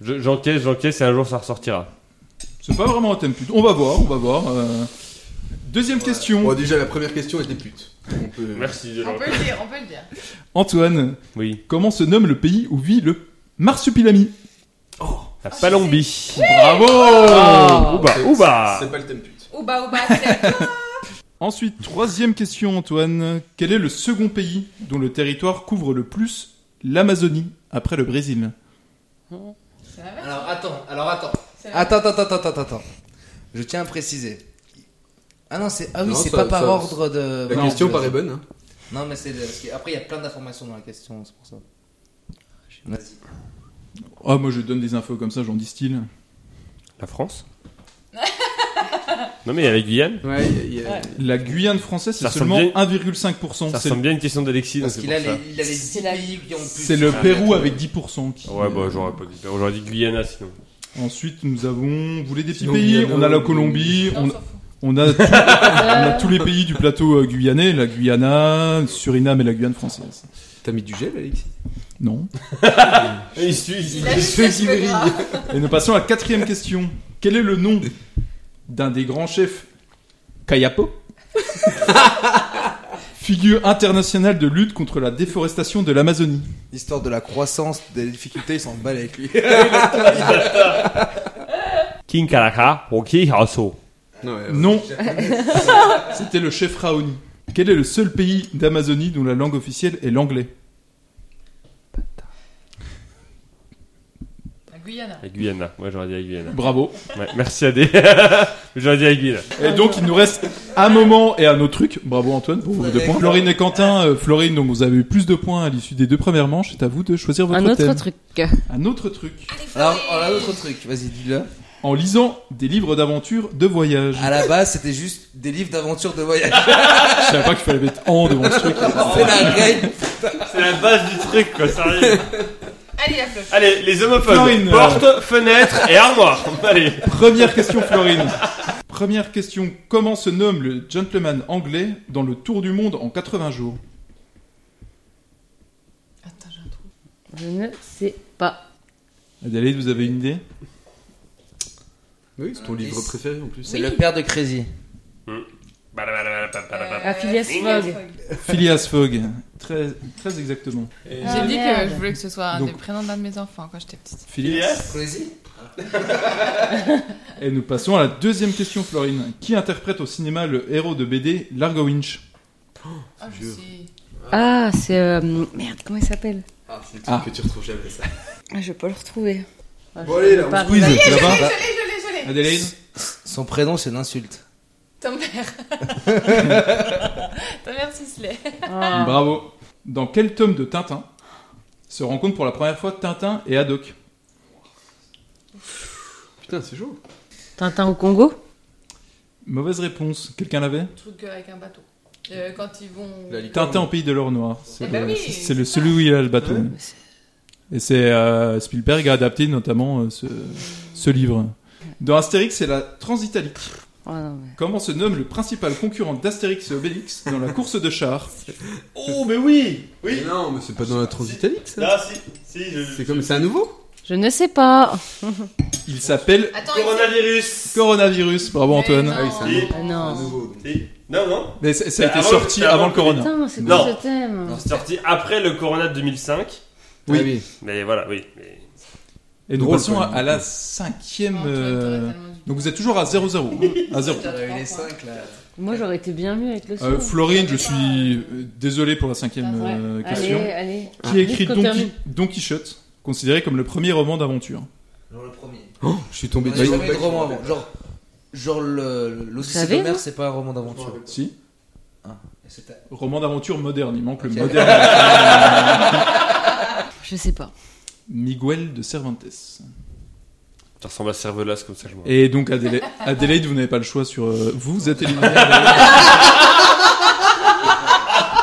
Speaker 7: Je- J'encaisse, j'encaisse et un jour ça ressortira.
Speaker 2: C'est pas vraiment un thème plus. On va voir, on va voir. euh. Deuxième question.
Speaker 3: Bon, déjà, la première question était pute. On peut...
Speaker 7: Merci de
Speaker 4: On peut le dire, on peut le dire.
Speaker 2: Antoine,
Speaker 7: Oui.
Speaker 2: comment se nomme le pays où vit le marsupilami
Speaker 7: La
Speaker 4: je
Speaker 7: Palombie.
Speaker 2: Bravo Oh.
Speaker 7: Ah, ouba,
Speaker 3: C'est-
Speaker 7: ouba.
Speaker 3: C'est pas le thème pute.
Speaker 4: Ouba ouba, bah, c'est
Speaker 2: Ensuite, troisième question Antoine, quel est le second pays dont le territoire couvre le plus l'Amazonie après le Brésil
Speaker 4: C'est l'inverse
Speaker 6: Alors, attends, alors, attends.
Speaker 4: c'est l'inverse.
Speaker 6: Attends, attends, attends, attends, attends. Je tiens à préciser. Ah non, c'est... Ah oui,
Speaker 3: Non,
Speaker 6: c'est
Speaker 3: ça-
Speaker 6: pas par
Speaker 3: ça-
Speaker 6: ordre de...
Speaker 3: La
Speaker 6: Non,
Speaker 3: question
Speaker 6: vas-y.
Speaker 3: paraît bonne. Hein.
Speaker 6: Non, mais c'est. parce que Après, il y a plein d'informations dans la question, c'est pour ça. Vas-y.
Speaker 2: Oh, moi je donne des infos comme ça, j'en distille.
Speaker 7: La France. non mais avec Guyane.
Speaker 3: Ouais, il y a-
Speaker 2: La Guyane française, c'est
Speaker 7: Ça
Speaker 2: seulement
Speaker 7: ressemble
Speaker 2: 1,5%.
Speaker 7: Ça
Speaker 2: C'est
Speaker 7: ressemble bien à une question d'Alexis. donc
Speaker 6: Parce
Speaker 7: c'est
Speaker 6: qu'il
Speaker 7: pour
Speaker 6: a,
Speaker 7: ça.
Speaker 6: les, il a les
Speaker 5: C'est
Speaker 6: 10
Speaker 5: la-
Speaker 6: pays qui ont le plus.
Speaker 2: c'est le Pérou avec 10%. Qui... euh,
Speaker 7: Ouais, bah j'aurais pas dit. J'aurais dit Guyana sinon.
Speaker 2: Ensuite, nous avons... Vous voulez des petits
Speaker 3: Sinon,
Speaker 2: pays
Speaker 3: Guyana,
Speaker 2: On a la
Speaker 3: ou-
Speaker 2: Colombie,
Speaker 4: Non,
Speaker 2: on,
Speaker 4: on s'en fout.
Speaker 2: On a, tout- on a
Speaker 5: Euh,
Speaker 2: tous les pays du plateau euh, guyanais, la Guyana, Suriname et la Guyane française.
Speaker 3: T'as mis du gel, Alexis
Speaker 2: Non.
Speaker 7: Il suit, il suit.
Speaker 4: Il a juste
Speaker 3: Ceux qui
Speaker 4: les cheveux
Speaker 3: brillent.
Speaker 4: gras.
Speaker 2: Et nous passons à la quatrième question. Quel est le nom d'un des grands chefs Kayapo Figure internationale de lutte contre la déforestation de l'Amazonie.
Speaker 6: Histoire de la croissance, des difficultés, ils s'en battent avec lui.
Speaker 7: King Kalaka, Roki Haso.
Speaker 3: Non,
Speaker 7: Euh,
Speaker 3: ouais, ouais.
Speaker 2: Non. C'était le chef Raoni. Quel est le seul pays d'Amazonie dont la langue officielle est l'anglais
Speaker 4: La Guyana.
Speaker 7: La Guyana. Moi, j'aurais dit la Guyana.
Speaker 2: Bravo.
Speaker 7: Ouais, merci Adé. j'aurais dit la Guyana.
Speaker 2: Et donc il nous reste un moment et un autre truc. Bravo Antoine pour vos deux points. Florine et Quentin, euh, Florine, donc vous avez eu plus de points à l'issue des deux premières manches. C'est à vous de choisir votre
Speaker 5: Un autre
Speaker 2: thème.
Speaker 5: truc.
Speaker 2: Un autre truc.
Speaker 6: Alors, on a autre truc, vas-y, dis-le.
Speaker 2: En lisant des livres d'aventure de voyage.
Speaker 6: À la base, c'était juste des livres d'aventure de voyage.
Speaker 2: Je savais pas qu'il fallait mettre en devant ce truc.
Speaker 6: C'est la règle.
Speaker 7: C'est la base du truc, quoi, sérieux.
Speaker 4: Allez, la flotte.
Speaker 7: Allez, les homophobes.
Speaker 2: Florine, euh,
Speaker 7: Porte, fenêtre et armoire. Allez.
Speaker 2: Première question, Florine. Première question. Comment se nomme le gentleman anglais dans le tour du monde en 80 jours
Speaker 4: Attends, j'ai un trou.
Speaker 5: Je ne sais pas.
Speaker 2: Adélaïde, vous avez une idée
Speaker 3: Oui, c'est ton livre préféré en plus.
Speaker 6: C'est le père de Crazy.
Speaker 4: Euh,
Speaker 5: Ah, Phileas Fogg.
Speaker 2: Phileas Fogg. Très, très exactement.
Speaker 4: J'ai
Speaker 5: Ah,
Speaker 4: dit
Speaker 5: merde.
Speaker 4: que je voulais que ce soit un
Speaker 2: Donc-
Speaker 4: des prénoms d'un de mes enfants quand j'étais petite.
Speaker 2: Phileas.
Speaker 6: Crazy
Speaker 2: Et nous passons à la deuxième question, Florine. Qui interprète au cinéma le héros de BD Largo Winch
Speaker 4: Ah, je
Speaker 3: Vieux.
Speaker 4: sais.
Speaker 5: Ah, c'est. euh, merde, comment il s'appelle
Speaker 3: Ah, c'est le
Speaker 2: Ah.
Speaker 3: truc que tu retrouves jamais, ça.
Speaker 5: ah, Je vais pas le retrouver. Ah,
Speaker 3: Bon,
Speaker 5: je
Speaker 3: allez,
Speaker 5: vais
Speaker 3: là,
Speaker 5: pas
Speaker 3: on
Speaker 2: Quiz,
Speaker 5: arriver.
Speaker 2: c'est là-bas
Speaker 4: Je l'ai, je l'ai, je l'ai.
Speaker 2: Adélaïde
Speaker 6: Son prénom, c'est une insulte.
Speaker 4: Ton père. Ta mère Sisley.
Speaker 5: Ah.
Speaker 2: Bravo. Dans quel tome de Tintin se rencontrent pour la première fois Tintin et Haddock
Speaker 3: Putain, c'est chaud.
Speaker 5: Tintin au Congo
Speaker 2: Mauvaise réponse. Quelqu'un l'avait
Speaker 4: Truc avec un bateau. Euh, quand ils vont.
Speaker 3: La licorne.
Speaker 2: Tintin au pays de l'or noir. C'est
Speaker 4: Eh ben
Speaker 2: le,
Speaker 4: oui,
Speaker 2: c'est- c'est le- celui où il a le bateau.
Speaker 3: Ouais.
Speaker 2: Et c'est euh, Spielberg a adapté notamment euh, ce, ce livre. Dans Astérix, c'est la Transitalique.
Speaker 5: Oh, non, mais-
Speaker 2: Comment se nomme le principal concurrent d'Astérix et Obélix dans la course de chars
Speaker 7: Oh, mais oui.
Speaker 3: Mais non, mais c'est pas dans la transitalique,
Speaker 1: hein.
Speaker 3: ça.
Speaker 7: Ah, si. Si, je-
Speaker 3: C'est comme, c'est à nouveau
Speaker 5: Je ne sais pas.
Speaker 2: Il s'appelle
Speaker 4: Attends, il s'est-
Speaker 7: Coronavirus.
Speaker 2: Coronavirus. Bravo
Speaker 4: Mais
Speaker 2: Antoine.
Speaker 4: non.
Speaker 3: Ah oui, c'est un nouveau.
Speaker 7: Si,
Speaker 5: Ah,
Speaker 3: C'est un
Speaker 5: non.
Speaker 3: nouveau.
Speaker 7: si. Non, non.
Speaker 2: Mais ça, ça a
Speaker 7: Bah,
Speaker 2: été
Speaker 7: avant-
Speaker 2: sorti
Speaker 7: c'est
Speaker 2: avant
Speaker 7: avant
Speaker 2: le Corona.
Speaker 5: Putain, c'est
Speaker 7: Non.
Speaker 5: quoi ce thème
Speaker 7: C'est sorti après le Corona de 2005.
Speaker 3: Oui,
Speaker 2: Ah
Speaker 3: oui.
Speaker 7: Mais voilà, oui. mais-
Speaker 2: Et nous
Speaker 3: Drôle,
Speaker 2: passons
Speaker 3: quand
Speaker 2: à,
Speaker 3: même.
Speaker 2: à la cinquième.
Speaker 4: Non, toi,
Speaker 2: euh,
Speaker 4: t'aurais tellement dû-
Speaker 2: Donc vous êtes toujours à 0-0. hein, à 0.
Speaker 4: T'en as eu les cinq.
Speaker 6: là.
Speaker 5: Moi, j'aurais été bien mieux avec le son.
Speaker 2: Euh, Florine, je suis euh, désolé pour la cinquième
Speaker 4: Ouais.
Speaker 2: euh,
Speaker 5: allez,
Speaker 2: question.
Speaker 5: allez.
Speaker 2: Qui
Speaker 5: Ah,
Speaker 2: écrit
Speaker 5: vite qu'on
Speaker 2: Don,
Speaker 5: termine.
Speaker 2: Qui- Don Quichotte, considéré comme le premier roman d'aventure
Speaker 6: Genre le premier.
Speaker 3: Oh, je suis tombé
Speaker 6: On a
Speaker 3: dessus.
Speaker 6: jamais eu de roman avant. Genre, genre le- l'Odyssée
Speaker 5: savez,
Speaker 6: de mer,
Speaker 5: vous
Speaker 6: c'est pas un roman d'aventure.
Speaker 2: Si.
Speaker 6: C'est un-
Speaker 2: Roman d'aventure moderne, il manque
Speaker 6: Ok.
Speaker 2: le moderne.
Speaker 5: Je sais pas.
Speaker 2: Miguel de Cervantes.
Speaker 7: Ça ressemble à Cervelas comme ça, je m'en
Speaker 2: Et donc Adéla- Adélaïde, vous n'avez pas le choix sur... euh, Vous êtes éliminé.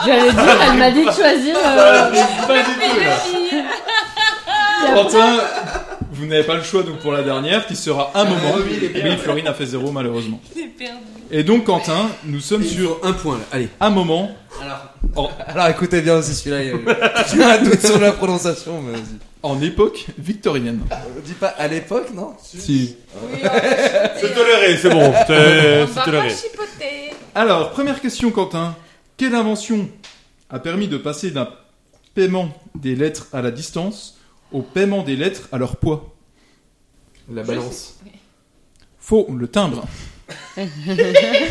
Speaker 5: J'allais dire, elle m'a dit de choisir. euh,
Speaker 7: Pas du tout, là.
Speaker 2: Quentin, vous n'avez pas le choix donc pour la dernière, qui sera un moment.
Speaker 3: Ah, oui, il est
Speaker 2: Oui, Florine a fait zéro malheureusement.
Speaker 4: J'ai perdu.
Speaker 2: Et donc Quentin, nous sommes sur
Speaker 3: Sur un point, là. Allez.
Speaker 2: un moment
Speaker 6: Alors, alors écoutez bien aussi celui-là. il y a- J'ai un doute sur la prononciation, mais vas-y.
Speaker 2: en époque victorienne.
Speaker 1: Euh,
Speaker 6: On dit pas à l'époque, non
Speaker 2: Si.
Speaker 4: Oui, on va
Speaker 7: C'est toléré, c'est
Speaker 1: euh,
Speaker 7: bon. C'est c'est
Speaker 4: pas
Speaker 7: toléré.
Speaker 4: chipoter.
Speaker 2: Alors, première question, Quentin. Quelle invention a permis de passer d'un paiement des lettres à la distance au paiement des lettres à leur poids
Speaker 3: La balance.
Speaker 2: Faux, le timbre.
Speaker 7: Je savais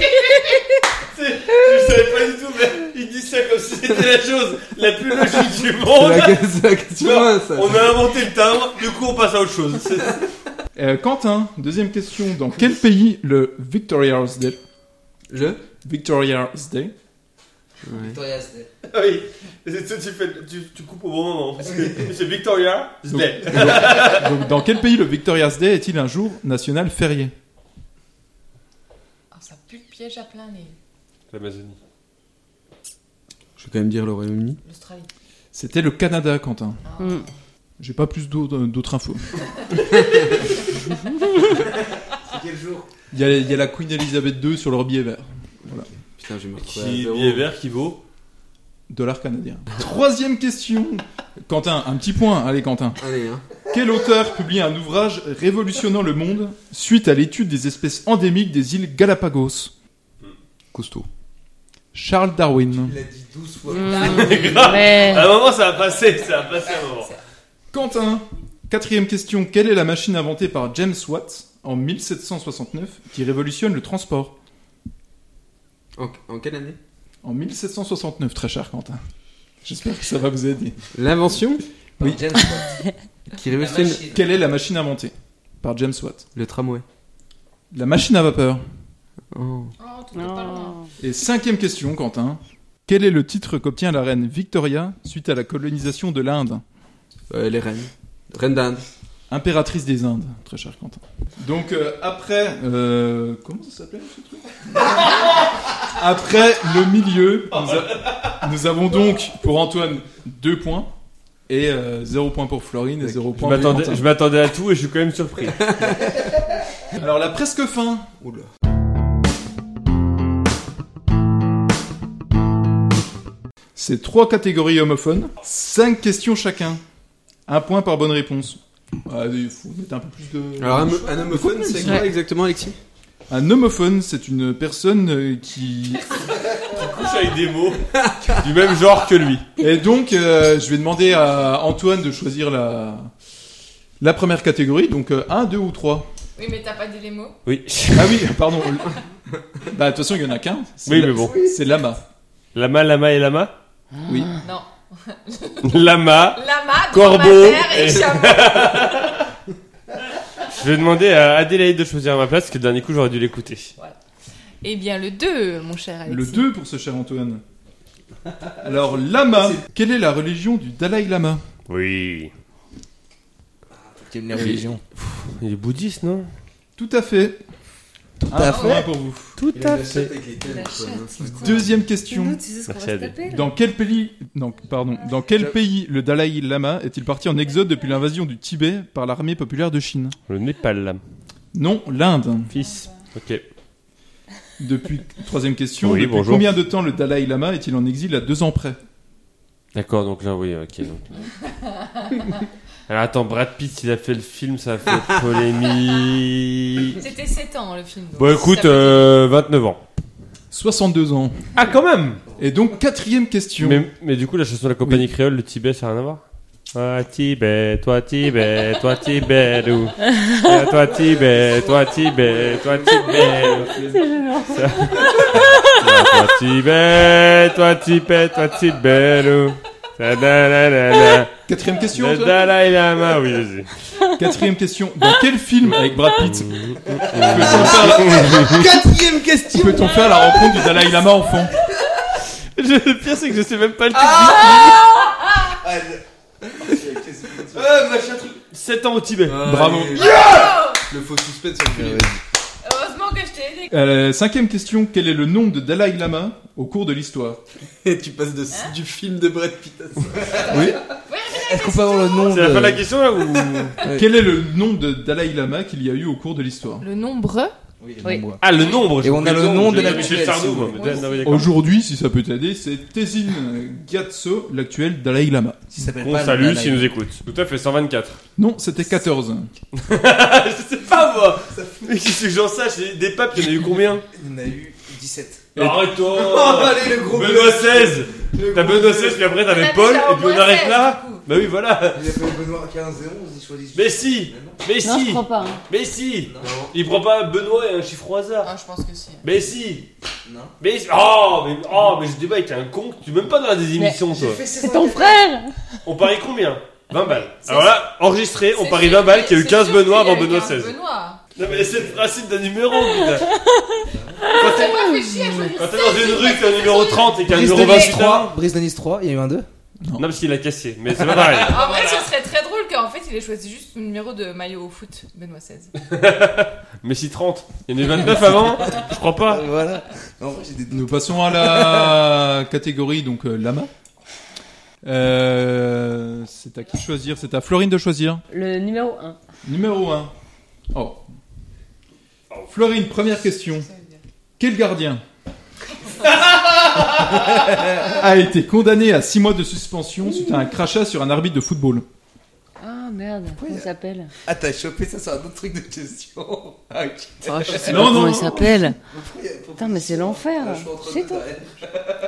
Speaker 7: pas du tout, mais il dit ça comme si c'était la chose la plus logique du
Speaker 3: C'est
Speaker 7: monde.
Speaker 1: Oh,
Speaker 3: la, c'est la question
Speaker 7: Non,
Speaker 3: 1, ça.
Speaker 7: On a inventé le timbre, du coup on passe à autre chose. C'est-
Speaker 2: Euh, Quentin, deuxième question. Dans quel pays le Victoria's Day,
Speaker 3: Je
Speaker 2: Victoria's Day
Speaker 3: Ouais.
Speaker 6: Victoria's Day.
Speaker 7: Ah Oui, C'est- tu, tu fais- tu- tu coupes au bon moment. parce que C'est Victoria,
Speaker 2: donc,
Speaker 7: c'était.
Speaker 2: donc- donc, dans quel pays le Victoria's Day est-il un jour national férié
Speaker 4: Ah, ça pue le piège à plein nez.
Speaker 7: L'Amazonie.
Speaker 3: Je vais quand même dire le Royaume-Uni.
Speaker 4: L'Australie. Ah.
Speaker 2: C'était le Canada, Quentin.
Speaker 4: Mm.
Speaker 5: hum.
Speaker 2: euh, J'ai pas plus d'au- d'autres infos.
Speaker 6: Quel jour
Speaker 2: Il y, a, il y a la Queen Elizabeth II sur leur billet vert.
Speaker 3: Putain, je vais me retrouver à
Speaker 1: Qui
Speaker 3: zéro.
Speaker 1: billet vert qui vaut
Speaker 2: Dollar canadien. Troisième question. Quentin, un petit point. Allez, Quentin.
Speaker 3: Allez, hein.
Speaker 2: Quel auteur publie un ouvrage révolutionnant le monde suite à l'étude des espèces endémiques des îles Galapagos
Speaker 3: Costaud.
Speaker 2: Charles Darwin.
Speaker 6: Il a dit 12 fois.
Speaker 5: Hmm. Mais
Speaker 1: À un moment, ça va passer, ça va passer à un moment.
Speaker 2: Quentin. Quatrième question. Quelle est la machine inventée par James Watt en 1769 qui révolutionne le transport
Speaker 3: En, en quelle année
Speaker 2: En 1769, très cher Quentin. J'espère que ça va vous aider.
Speaker 3: L'invention
Speaker 6: Oui.
Speaker 3: qui révolutionne
Speaker 2: Quelle est la machine inventée par James Watt
Speaker 3: le tramway.
Speaker 2: La machine à vapeur.
Speaker 3: Oh.
Speaker 4: Oh, tout pas loin.
Speaker 5: non.
Speaker 2: Et cinquième question, Quentin. Quel est le titre qu'obtient la reine Victoria suite à la colonisation de l'Inde
Speaker 3: Euh, les reines. Reine d'Inde.
Speaker 2: Impératrice des Indes, très cher Quentin. Donc euh, après, euh, comment ça s'appelait ce truc Après le milieu, nous, a- nous avons donc pour Antoine deux points et euh, zéro point pour Florine et zéro
Speaker 1: Je
Speaker 2: point pour
Speaker 1: m'attendais,
Speaker 2: Quentin.
Speaker 1: je m'attendais à tout et je suis quand même surpris.
Speaker 2: Alors la presque fin.
Speaker 3: Oula.
Speaker 2: C'est trois catégories homophones, cinq questions chacun, un point par bonne réponse. Ah, il faut mettre un peu plus de.
Speaker 3: Alors, un, un homophone, c'est quoi exactement, Alexis
Speaker 2: Un homophone, c'est une personne euh, qui
Speaker 1: Couche avec des mots du même genre que lui.
Speaker 2: Et donc, euh, je vais demander à Antoine de choisir la, la première catégorie, donc 1, 2 ou 3.
Speaker 4: Oui, mais t'as pas dit les mots
Speaker 1: Oui.
Speaker 2: Ah oui, pardon. bah, de toute façon, il y en a qu'un. C'est
Speaker 1: Oui,
Speaker 2: la-
Speaker 1: mais bon.
Speaker 2: C'est l'amas.
Speaker 1: Lama, lama et lama
Speaker 2: Oui.
Speaker 4: Non.
Speaker 1: Lama.
Speaker 4: Lama,
Speaker 1: Corbeau
Speaker 4: dromadaire et
Speaker 1: et-
Speaker 4: chameau.
Speaker 1: Je vais demander à Adélaïde de choisir à ma place, parce que le dernier coup, j'aurais dû l'écouter.
Speaker 4: Eh bien, le 2, mon cher Alexis.
Speaker 2: Le 2 pour ce cher Antoine. Alors, l'amas. Quelle est la religion du Dalai Lama
Speaker 1: Oui.
Speaker 6: Quelle est la religion
Speaker 1: Il est bouddhiste, non
Speaker 2: Tout à fait. Tout
Speaker 6: à
Speaker 2: point pour vous.
Speaker 1: Tout
Speaker 5: La chatte.
Speaker 2: Deuxième
Speaker 5: Nous,
Speaker 2: question.
Speaker 5: tu sais ce qu'on va
Speaker 1: Merci,
Speaker 5: se
Speaker 1: Adé.
Speaker 5: taper là
Speaker 2: Dans quel pays, non, pardon, dans quel pays le Dalai Lama est-il parti en exode depuis l'invasion du Tibet par l'armée populaire de Chine
Speaker 1: Le Népal, là.
Speaker 2: Non, l'Inde.
Speaker 1: Fils. Ok.
Speaker 2: Depuis troisième question,
Speaker 1: Oui,
Speaker 2: depuis
Speaker 1: bonjour.
Speaker 2: combien de temps le Dalai Lama est-il en exil à deux ans près
Speaker 1: D'accord, donc là, oui, ok. donc- Alors attends, Brad Pitt, il a fait le film, ça a fait polémique.
Speaker 4: C'était 7 ans le film. donc
Speaker 1: Bon,
Speaker 4: si t'as
Speaker 1: écoute,
Speaker 4: pas dit-
Speaker 1: euh, 29 ans.
Speaker 2: 62 ans.
Speaker 1: Ah, quand même
Speaker 2: Et donc quatrième question.
Speaker 1: mais, mais du coup, la chanson de la compagnie créole, le Tibet, ça n'a rien à voir Ah, Tibet, toi Tibet, toi Tibet, ou. Ah, toi Tibet, toi Tibet, toi Tibet. ou. Ça- Ah, Toi Tibet, toi Tibet, toi Tibet, ou. Da, da, da, da, da.
Speaker 2: Quatrième question.
Speaker 1: Le
Speaker 2: Antoine
Speaker 1: Dalai Lama, oui, vas-y.
Speaker 2: Quatrième question. Dans quel film avec Brad Pitt
Speaker 6: Ah,
Speaker 3: Quatrième question
Speaker 2: peut-on faire la rencontre du Dalai Lama enfant
Speaker 1: Le pire, c'est que je sais même pas le titre.
Speaker 3: Ah, machin truc
Speaker 1: 7 ans au Tibet.
Speaker 2: Bravo.
Speaker 3: Le faux suspense, c'est le
Speaker 4: Heureusement que je t'ai aidé.
Speaker 2: Euh, Cinquième question. Quel est le nom de Dalai Lama au cours de l'histoire
Speaker 3: Et tu passes de- du film de Brad Pitt à ça.
Speaker 6: Est-ce qu'on peut avoir le nom
Speaker 1: C'est la
Speaker 6: de-
Speaker 1: fin de la question là ou
Speaker 2: Quel est le nom de Dalai Lama qu'il y a eu au cours de l'histoire
Speaker 4: Le nombre
Speaker 6: Oui,
Speaker 5: Oui.
Speaker 6: le nombre.
Speaker 1: Ah le nombre.
Speaker 6: Et on a le nom de
Speaker 1: la
Speaker 6: l'actuel,
Speaker 1: Michel Sardou.
Speaker 6: si vous
Speaker 1: moi.
Speaker 6: voulez.
Speaker 1: Mais non, mais d'accord.
Speaker 2: Aujourd'hui, si ça peut t'aider, c'est Tenzin Gyatso, l'actuel Dalai Lama.
Speaker 6: Si ça s'appelle
Speaker 1: Bon
Speaker 6: pas le
Speaker 1: salut
Speaker 6: Dalai.
Speaker 1: s'il nous écoute. Tout à fait 124.
Speaker 2: Non, c'était 14.
Speaker 1: Ah, je sais pas moi. Mais qu'est-ce que j'en sache Des papes, il y en a eu combien Oh,
Speaker 6: Il y en a eu 17.
Speaker 1: Arrête-toi.
Speaker 3: Oh, allez, le gros
Speaker 1: Benoît XVI. T'as Benoît XVI puis après
Speaker 4: On a
Speaker 1: t'avais
Speaker 4: déjà
Speaker 1: Paul
Speaker 4: au
Speaker 1: et puis
Speaker 4: moins
Speaker 1: on arrête
Speaker 4: 16,
Speaker 1: là.
Speaker 4: du coup.
Speaker 1: Bah oui voilà.
Speaker 6: Il a fait Benoît 15 et 11, il choisit.
Speaker 1: Mais si. Mais
Speaker 5: Non, je
Speaker 1: Bah, si.
Speaker 5: crois pas. hein.
Speaker 1: Mais si. Il prend pas Benoît et un chiffre au hasard.
Speaker 4: Ah, je pense que si.
Speaker 1: Mais si.
Speaker 6: Non.
Speaker 1: Mais si- oh mais oh mais je débat avec un con. Tu es même pas dans des émissions toi.
Speaker 5: C'est ton frère
Speaker 1: On parie combien 20 balles.
Speaker 4: C'est
Speaker 1: Alors là, enregistré, on parie 20 balles qu'il y a eu 15 Benoît avant Benoît XVI.
Speaker 4: Benoît.
Speaker 1: Non mais c'est le principe d'un numéro putain Quand
Speaker 4: Ça
Speaker 1: t'es-
Speaker 4: m'a fait chier, je
Speaker 1: quand t'es dans une rue que t'as un numéro 30 et qu'un
Speaker 6: Brice
Speaker 1: numéro
Speaker 6: de Nice
Speaker 1: 23
Speaker 6: 3, Brice de Nice 3, il y a eu un 2.
Speaker 1: Non parce qu'il a cassé, mais c'est pas pareil.
Speaker 4: En vrai, ce serait très drôle qu'en fait, il ait choisi juste le numéro de maillot au foot, Benoît XVI.
Speaker 1: Mais si 30, il y en a eu 29 avant, je crois pas.
Speaker 6: Voilà. Non, j'ai des
Speaker 2: Nous passons à la catégorie donc euh, Lama. Euh, c'est à qui de choisir C'est à Florine de choisir.
Speaker 5: Le numéro 1.
Speaker 2: Numéro 1. Oh. Florine, première question.
Speaker 4: Ça veut dire.
Speaker 2: Quel gardien a été condamné à 6 mois de suspension suite à un crachat sur un arbitre de football
Speaker 5: Ah merde, comment il s'appelle
Speaker 6: Ah, t'as chopé ça sur un autre truc de question. Ah, ok.
Speaker 5: Oh, Je sais
Speaker 2: Non, non,
Speaker 5: pas comment
Speaker 2: non.
Speaker 5: il s'appelle.
Speaker 6: Putain,
Speaker 5: mais c'est l'enfer. C'est toi.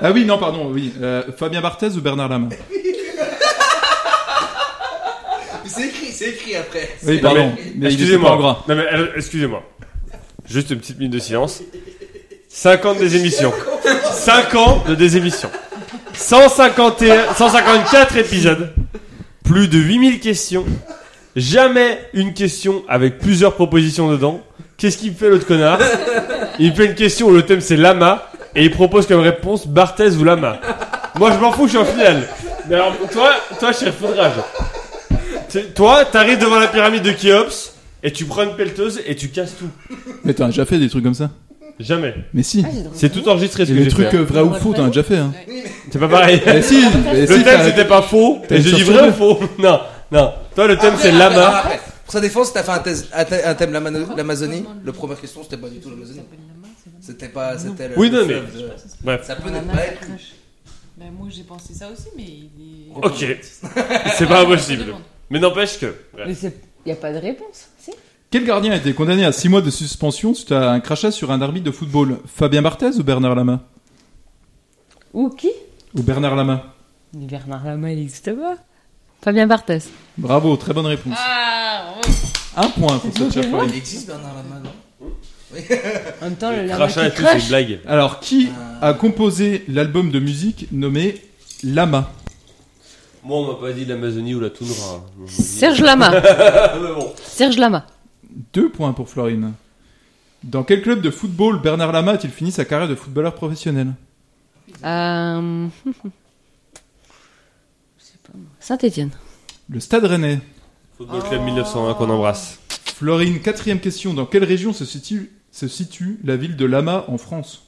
Speaker 2: Ah oui, non, pardon, oui. Euh, Fabien Barthez ou Bernard Lama
Speaker 6: C'est écrit, c'est écrit après.
Speaker 2: Oui,
Speaker 1: Non,
Speaker 2: pardon.
Speaker 1: mais-
Speaker 2: mais il était pas en
Speaker 1: excusez-moi.
Speaker 2: gras.
Speaker 1: Non, mais, euh, excusez-moi. Juste une petite minute de silence. 50 des émissions. 5 ans de des émissions. 151, 154 épisodes. Plus de 8000 questions. Jamais une question avec plusieurs propositions dedans. Qu'est-ce qu'il me fait l'autre connard Il me fait une question où le thème c'est lama et il propose comme réponse Barthez ou lama. Moi je m'en fous, je suis en finale. Mais alors toi, toi je suis foudrage. Tu- Toi, t'arrives devant la pyramide de Khéops et tu prends une pelleteuse et tu casses tout.
Speaker 2: Mais t'as déjà fait des trucs comme ça
Speaker 1: Jamais.
Speaker 2: Mais si.
Speaker 5: Ah, j'ai drôle.
Speaker 1: C'est tout enregistré ce
Speaker 2: Et
Speaker 1: que
Speaker 2: les
Speaker 1: j'ai
Speaker 2: trucs
Speaker 1: fait.
Speaker 2: euh, vrais ou faux, t'en as déjà fait. Hein.
Speaker 1: C'est pas pareil.
Speaker 2: Mais si, mais
Speaker 1: Le
Speaker 2: si,
Speaker 1: thème
Speaker 2: t'as-
Speaker 1: c'était pas faux.
Speaker 2: t'as
Speaker 1: Et
Speaker 2: une
Speaker 1: j'ai dit
Speaker 2: sur
Speaker 1: vrai ou
Speaker 2: deux.
Speaker 1: faux. Non, non. Toi
Speaker 6: Ah,
Speaker 1: le thème c'est lama.
Speaker 6: Pour sa défense, t'as fait un, thèse- un thè- un thème l'Amano- l'Amazonie. Le première question, c'était pas du tout l'Amazonie. C'était pas, c'était le.
Speaker 1: Oui,
Speaker 6: le
Speaker 1: non, mais-
Speaker 6: fleuve de-
Speaker 1: Bref.
Speaker 6: Ça peut
Speaker 4: Ah, la
Speaker 6: ne
Speaker 4: main,
Speaker 6: pas
Speaker 4: elle
Speaker 6: être.
Speaker 4: crache. Ben, moi j'ai pensé ça aussi, mais il est.
Speaker 1: Ok. C'est pas impossible. Mais n'empêche que. bref.
Speaker 5: Mais il n'y a pas de réponse. Si
Speaker 2: Quel gardien a été condamné à 6 mois de suspension suite à un crachat sur un arbitre de football Fabien Barthez ou Bernard Lama
Speaker 5: Ou qui
Speaker 2: Ou Bernard Lama
Speaker 5: Bernard Lama, il n'existe pas. Fabien Barthès.
Speaker 2: Bravo, très bonne réponse.
Speaker 4: Ah, bravo.
Speaker 2: Un point pour ça, chère Florine.
Speaker 6: Il existe Bernard Lama, non
Speaker 5: En même temps, le Lama
Speaker 1: Crachat et
Speaker 5: qui
Speaker 1: tout, c'est une
Speaker 5: crache.
Speaker 1: blague.
Speaker 2: Alors, qui a composé l'album de musique nommé Lama
Speaker 1: Moi on m'a pas dit l'Amazonie ou la toundra. hein. On m'a dit-
Speaker 5: Serge Lama.
Speaker 1: Ah, mais bon.
Speaker 5: Serge Lama.
Speaker 2: Deux points pour Florine. Dans quel club de football Bernard Lama a-t-il fini sa carrière de footballeur professionnel
Speaker 5: Euh... Saint-Etienne.
Speaker 2: Le Stade Rennais.
Speaker 1: Football
Speaker 5: Oh.
Speaker 1: Club 1901 qu'on embrasse.
Speaker 2: Florine, quatrième question. Dans quelle région se situe, se situe la ville de Lama en France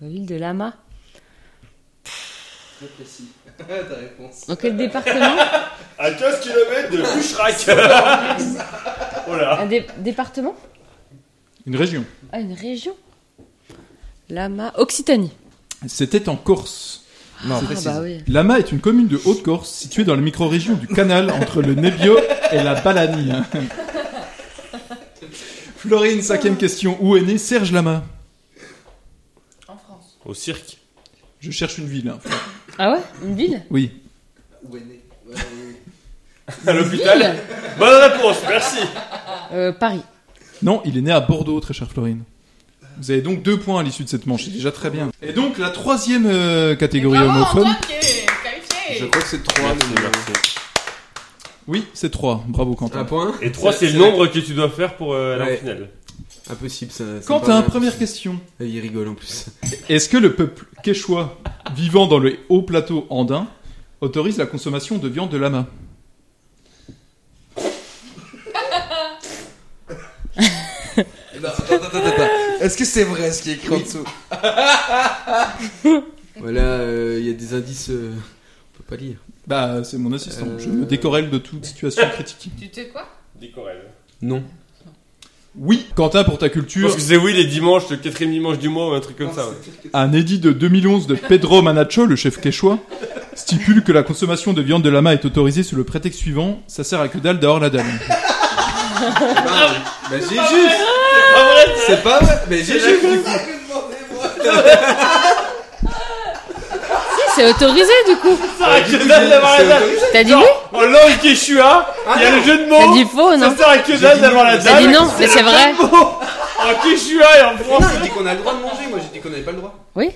Speaker 5: La ville de Lama.
Speaker 6: Très précis. Ta réponse.
Speaker 5: Dans quel département
Speaker 1: À 15 km de Oh Bouchrac. voilà.
Speaker 5: Un dé- département
Speaker 2: Une région.
Speaker 5: Ah, une région Lama. Occitanie.
Speaker 2: C'était en Corse.
Speaker 6: Non,
Speaker 5: Ah, bah oui.
Speaker 2: Lama est une commune de Haute-Corse située dans la micro-région du canal entre le Nebbio et la Balanie. Florine, cinquième question. Où est né Serge Lama
Speaker 4: En France.
Speaker 1: Au cirque.
Speaker 2: Je cherche une ville. hein.
Speaker 5: Ah ouais Une ville
Speaker 2: Oui.
Speaker 6: Où est né Ouais, oui.
Speaker 1: À l'hôpital.
Speaker 5: Ville
Speaker 1: Bonne réponse, merci.
Speaker 5: Euh, Paris.
Speaker 2: Non, il est né à Bordeaux, très chère Florine. Vous avez donc deux points à l'issue de cette manche, c'est déjà très bien. Et donc la troisième euh, catégorie
Speaker 4: Bravo,
Speaker 2: homophone.
Speaker 4: Antoine qui est qualifié.
Speaker 3: Je crois que c'est 3.
Speaker 1: Merci, merci.
Speaker 2: Oui, c'est trois. Bravo
Speaker 3: Un
Speaker 2: Quentin.
Speaker 3: point
Speaker 1: Et 3, c'est le nombre que tu dois faire pour euh, aller en
Speaker 3: Ouais.
Speaker 1: finale.
Speaker 3: Impossible, ça. ça me
Speaker 2: Quentin,
Speaker 3: paraît
Speaker 2: première
Speaker 3: impossible.
Speaker 2: question.
Speaker 3: Ah, Il rigole en plus.
Speaker 2: Est-ce que le peuple quechua vivant dans le haut plateau andin autorise la consommation de viande de lama
Speaker 6: Non, Eh ben, attends, attends, attends, attends. Est-ce que c'est vrai ce qui est écrit en dessous
Speaker 3: Voilà, euh, il y a des indices. euh, on peut pas lire.
Speaker 2: Bah, c'est mon assistant.
Speaker 3: Euh.
Speaker 2: Je me décorrèle de toute situation critique.
Speaker 4: Tu te quoi
Speaker 1: Décorel.
Speaker 3: Non.
Speaker 2: Oui, Quentin, pour ta
Speaker 1: Je
Speaker 2: culture,
Speaker 1: pense que c'est oui les dimanches, le quatrième dimanche du mois ou un truc comme ça. ouais.
Speaker 2: un édit de 2011 de Pedro Manacho, le chef quechua, stipule que la consommation de viande de lama est autorisée sous le prétexte suivant ça sert à que dalle dehors la dalle.
Speaker 3: Bah, j'ai juste
Speaker 1: Ah,
Speaker 3: C'est pas vrai Mais j'ai juste du coup
Speaker 5: Si, c'est autorisé du coup.
Speaker 1: Ça sert à que dalle d'avoir la dalle.
Speaker 5: T'as dit
Speaker 1: Non,
Speaker 5: oui
Speaker 1: en langue quechua, il y a le jeu de
Speaker 5: T'as
Speaker 1: mots.
Speaker 5: dit faux, non
Speaker 1: Ça sert à que dalle d'avoir la
Speaker 5: T'as
Speaker 1: dalle.
Speaker 5: dit non, mais c'est vrai.
Speaker 1: En quechua et en
Speaker 3: Non,
Speaker 1: français.
Speaker 3: il dit qu'on a le droit de manger, moi j'ai dit qu'on n'avait pas le droit.
Speaker 5: Oui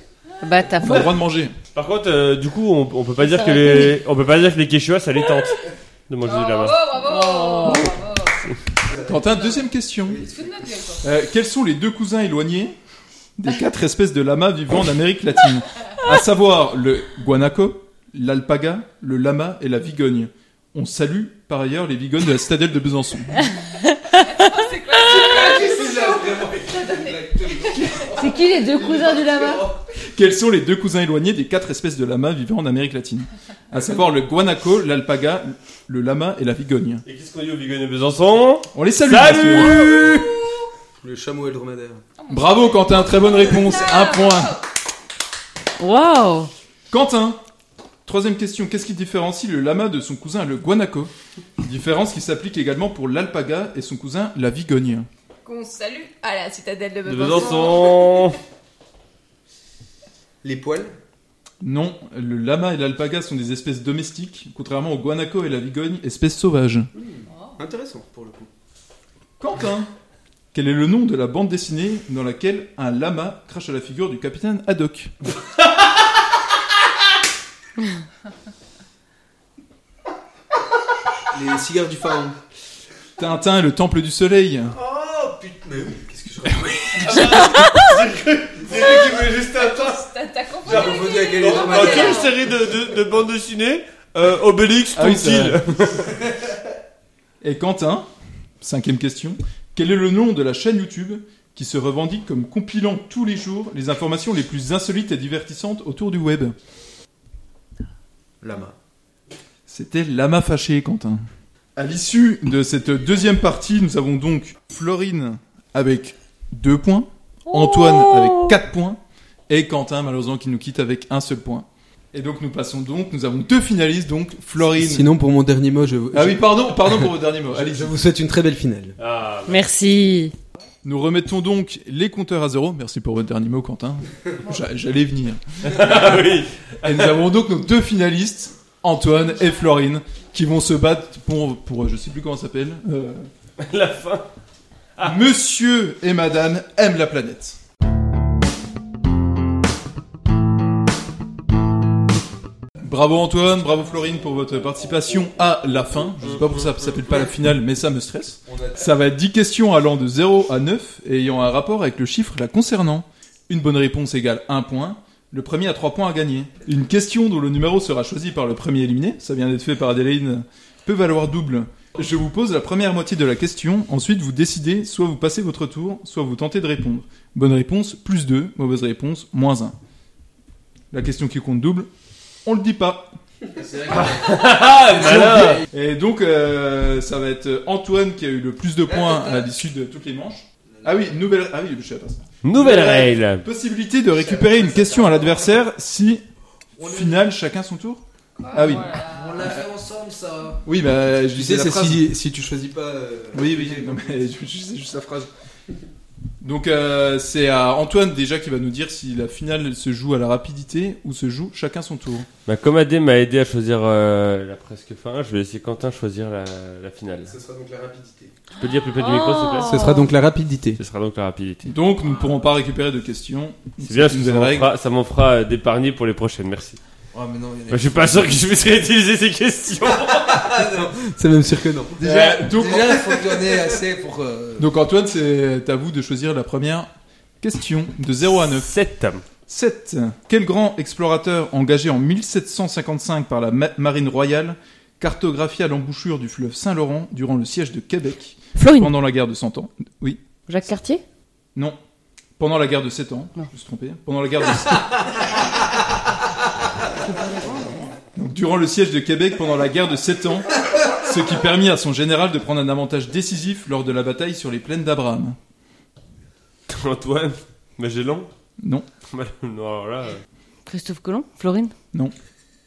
Speaker 5: Bah, t'as
Speaker 2: On a
Speaker 5: faux.
Speaker 2: le droit de manger.
Speaker 1: Par contre, euh, du coup, on, on peut pas dire
Speaker 5: Ça
Speaker 1: que
Speaker 5: va,
Speaker 1: les, on peut pas dire que les quechua ça les tente de manger
Speaker 4: Bravo,
Speaker 1: du lama.
Speaker 4: bravo, bravo.
Speaker 2: Quentin, deuxième question.
Speaker 4: Tu te fous de notre gueule, quoi.
Speaker 2: Euh, quels sont les deux cousins éloignés des quatre espèces de lamas vivant en Amérique latine À savoir le guanaco, l'alpaga, le lama et la vigogne. On salue par ailleurs les vigognes de la citadelle de Besançon.
Speaker 5: C'est qui les deux cousins du lama
Speaker 2: Quels sont les deux cousins éloignés des quatre espèces de lamas vivant en Amérique latine À savoir le guanaco, l'alpaga, le lama et la vigogne.
Speaker 1: Et qu'est-ce qu'on dit au Bigon et Besançon
Speaker 2: On les salue. bien sûr.
Speaker 1: Salut
Speaker 3: Le chameau et le dromadaire.
Speaker 2: Bravo Quentin, très bonne réponse, un point.
Speaker 5: Waouh
Speaker 2: Quentin Troisième question, qu'est-ce qui différencie le lama de son cousin le guanaco Différence qui s'applique également pour l'alpaga et son cousin la vigogne.
Speaker 4: Qu'on salue à la citadelle de
Speaker 1: De
Speaker 4: Besançon.
Speaker 1: Besançon.
Speaker 3: Les poils
Speaker 2: Non, le lama et l'alpaga sont des espèces domestiques, contrairement au guanaco et la vigogne, espèces sauvages.
Speaker 3: Intéressant pour le coup.
Speaker 2: Quentin Quel est le nom de la bande dessinée dans laquelle un lama crache à la figure du capitaine Haddock
Speaker 3: Les cigares du pharaon.
Speaker 2: Tintin et le temple du soleil
Speaker 3: Oh putain, mais oui, qu'est-ce que je raconte
Speaker 7: C'est lui qui voulait juste un temps.
Speaker 4: T'as t'as compris
Speaker 3: J'ai confondu avec les
Speaker 7: Dans, dans quelle
Speaker 3: dromadaires.
Speaker 7: série de, de, de bande dessinée euh, Obélix
Speaker 2: Ah oui, c'est
Speaker 7: tombe-t-il
Speaker 2: Et Quentin, cinquième question, quel est le nom de la chaîne YouTube qui se revendique comme compilant tous les jours les informations les plus insolites et divertissantes autour du web
Speaker 3: Lama.
Speaker 2: C'était Lama Fâché, Quentin. À l'issue de cette deuxième partie, nous avons donc Florine avec deux points, Antoine avec quatre points, et Quentin, malheureusement, qui nous quitte avec un seul point. Et donc nous passons donc, nous avons deux finalistes, donc Florine...
Speaker 3: Sinon, pour mon dernier mot, je vous.
Speaker 2: Ah
Speaker 3: je-
Speaker 2: oui, pardon, pardon pour vos derniers mots.
Speaker 3: je-
Speaker 2: Allez,
Speaker 3: je vous souhaite une très belle finale.
Speaker 1: Ah,
Speaker 5: Merci
Speaker 2: Nous remettons donc les compteurs à zéro. Merci pour votre dernier mot, Quentin. J'a- J'allais venir.
Speaker 1: bah
Speaker 7: Ah oui.
Speaker 2: Et nous avons donc nos deux finalistes, Antoine et Florine, qui vont se battre pour, pour je sais plus comment ça s'appelle. euh,
Speaker 7: La fin.
Speaker 2: Monsieur et Madame aiment la planète. Bravo Antoine, bravo Florine pour votre participation à la fin. Je sais pas pourquoi ça s'appelle pas la finale, mais ça me stresse. Ça va être 10 questions allant de 0 à 9 et ayant un rapport avec le chiffre la concernant. Une bonne réponse égale 1 point. Le premier a 3 points à gagner. Une question dont le numéro sera choisi par le premier éliminé, ça vient d'être fait par Adélaïde, peut valoir double. Je vous pose la première moitié de la question, ensuite vous décidez, soit vous passez votre tour, soit vous tentez de répondre. Bonne réponse, plus 2, mauvaise réponse, moins 1. La question qui compte double, on le dit pas. Et donc euh, ça va être Antoine qui a eu le plus de points à l'issue de toutes les manches. Ah oui, nouvelle... Ah oui, je sais pas ça.
Speaker 1: Nouvelle règle.
Speaker 2: Possibilité de récupérer une question à l'adversaire si final chacun son tour Ah oui.
Speaker 6: On l'a fait ensemble, ça.
Speaker 2: Oui, bah je
Speaker 3: Tu
Speaker 2: disais la
Speaker 3: sais, c'est
Speaker 2: phrase.
Speaker 3: si, si tu choisis pas. euh,
Speaker 2: Oui, oui, non, mais je- je- c'est juste la phrase. Donc euh, c'est à Antoine déjà qui va nous dire si la finale se joue à la rapidité ou se joue chacun son tour.
Speaker 1: Ma comadé Bah, m'a aidé à choisir euh, la presque fin. Je vais laisser Quentin choisir la, la finale.
Speaker 3: Ce sera donc la rapidité.
Speaker 1: Tu peux dire plus près du micro, s'il te
Speaker 2: Oh.
Speaker 1: plaît
Speaker 3: Ce sera donc la rapidité.
Speaker 1: Ce sera donc la rapidité.
Speaker 2: Donc nous ne pourrons pas récupérer de questions.
Speaker 1: C'est bien, parce
Speaker 2: une
Speaker 1: que ça
Speaker 2: nouvelle
Speaker 1: m'en
Speaker 2: règle.
Speaker 1: fera- ça m'en fera euh, d'épargner pour les prochaines, merci.
Speaker 6: Oh, mais non, il y en a-
Speaker 1: Bah, je suis pas sûr que je vais utiliser ces questions.
Speaker 3: C'est même sûr que non.
Speaker 2: Déjà,
Speaker 6: Euh,
Speaker 2: donc-
Speaker 6: déjà, il faut que j'en ai assez pour. euh,
Speaker 2: Donc Antoine, c'est à vous de choisir la première question de 0 à 9.
Speaker 1: 7.
Speaker 2: 7. Quel grand explorateur engagé en 1755 par la ma- marine royale cartographia l'embouchure du fleuve Saint-Laurent durant le siège de Québec
Speaker 5: Florine
Speaker 2: pendant la guerre de Cent Ans Oui.
Speaker 5: Jacques Cartier
Speaker 2: Non. Pendant la guerre de 7 ans.
Speaker 5: Non.
Speaker 2: Je me suis trompé. Pendant la guerre de... Donc, durant le siège de Québec pendant la guerre de 7 ans, ce qui permit à son général de prendre un avantage décisif lors de la bataille sur les plaines d'Abraham.
Speaker 1: Antoine Magellan
Speaker 2: Non.
Speaker 1: Non, alors là, euh.
Speaker 5: Christophe Colomb Florine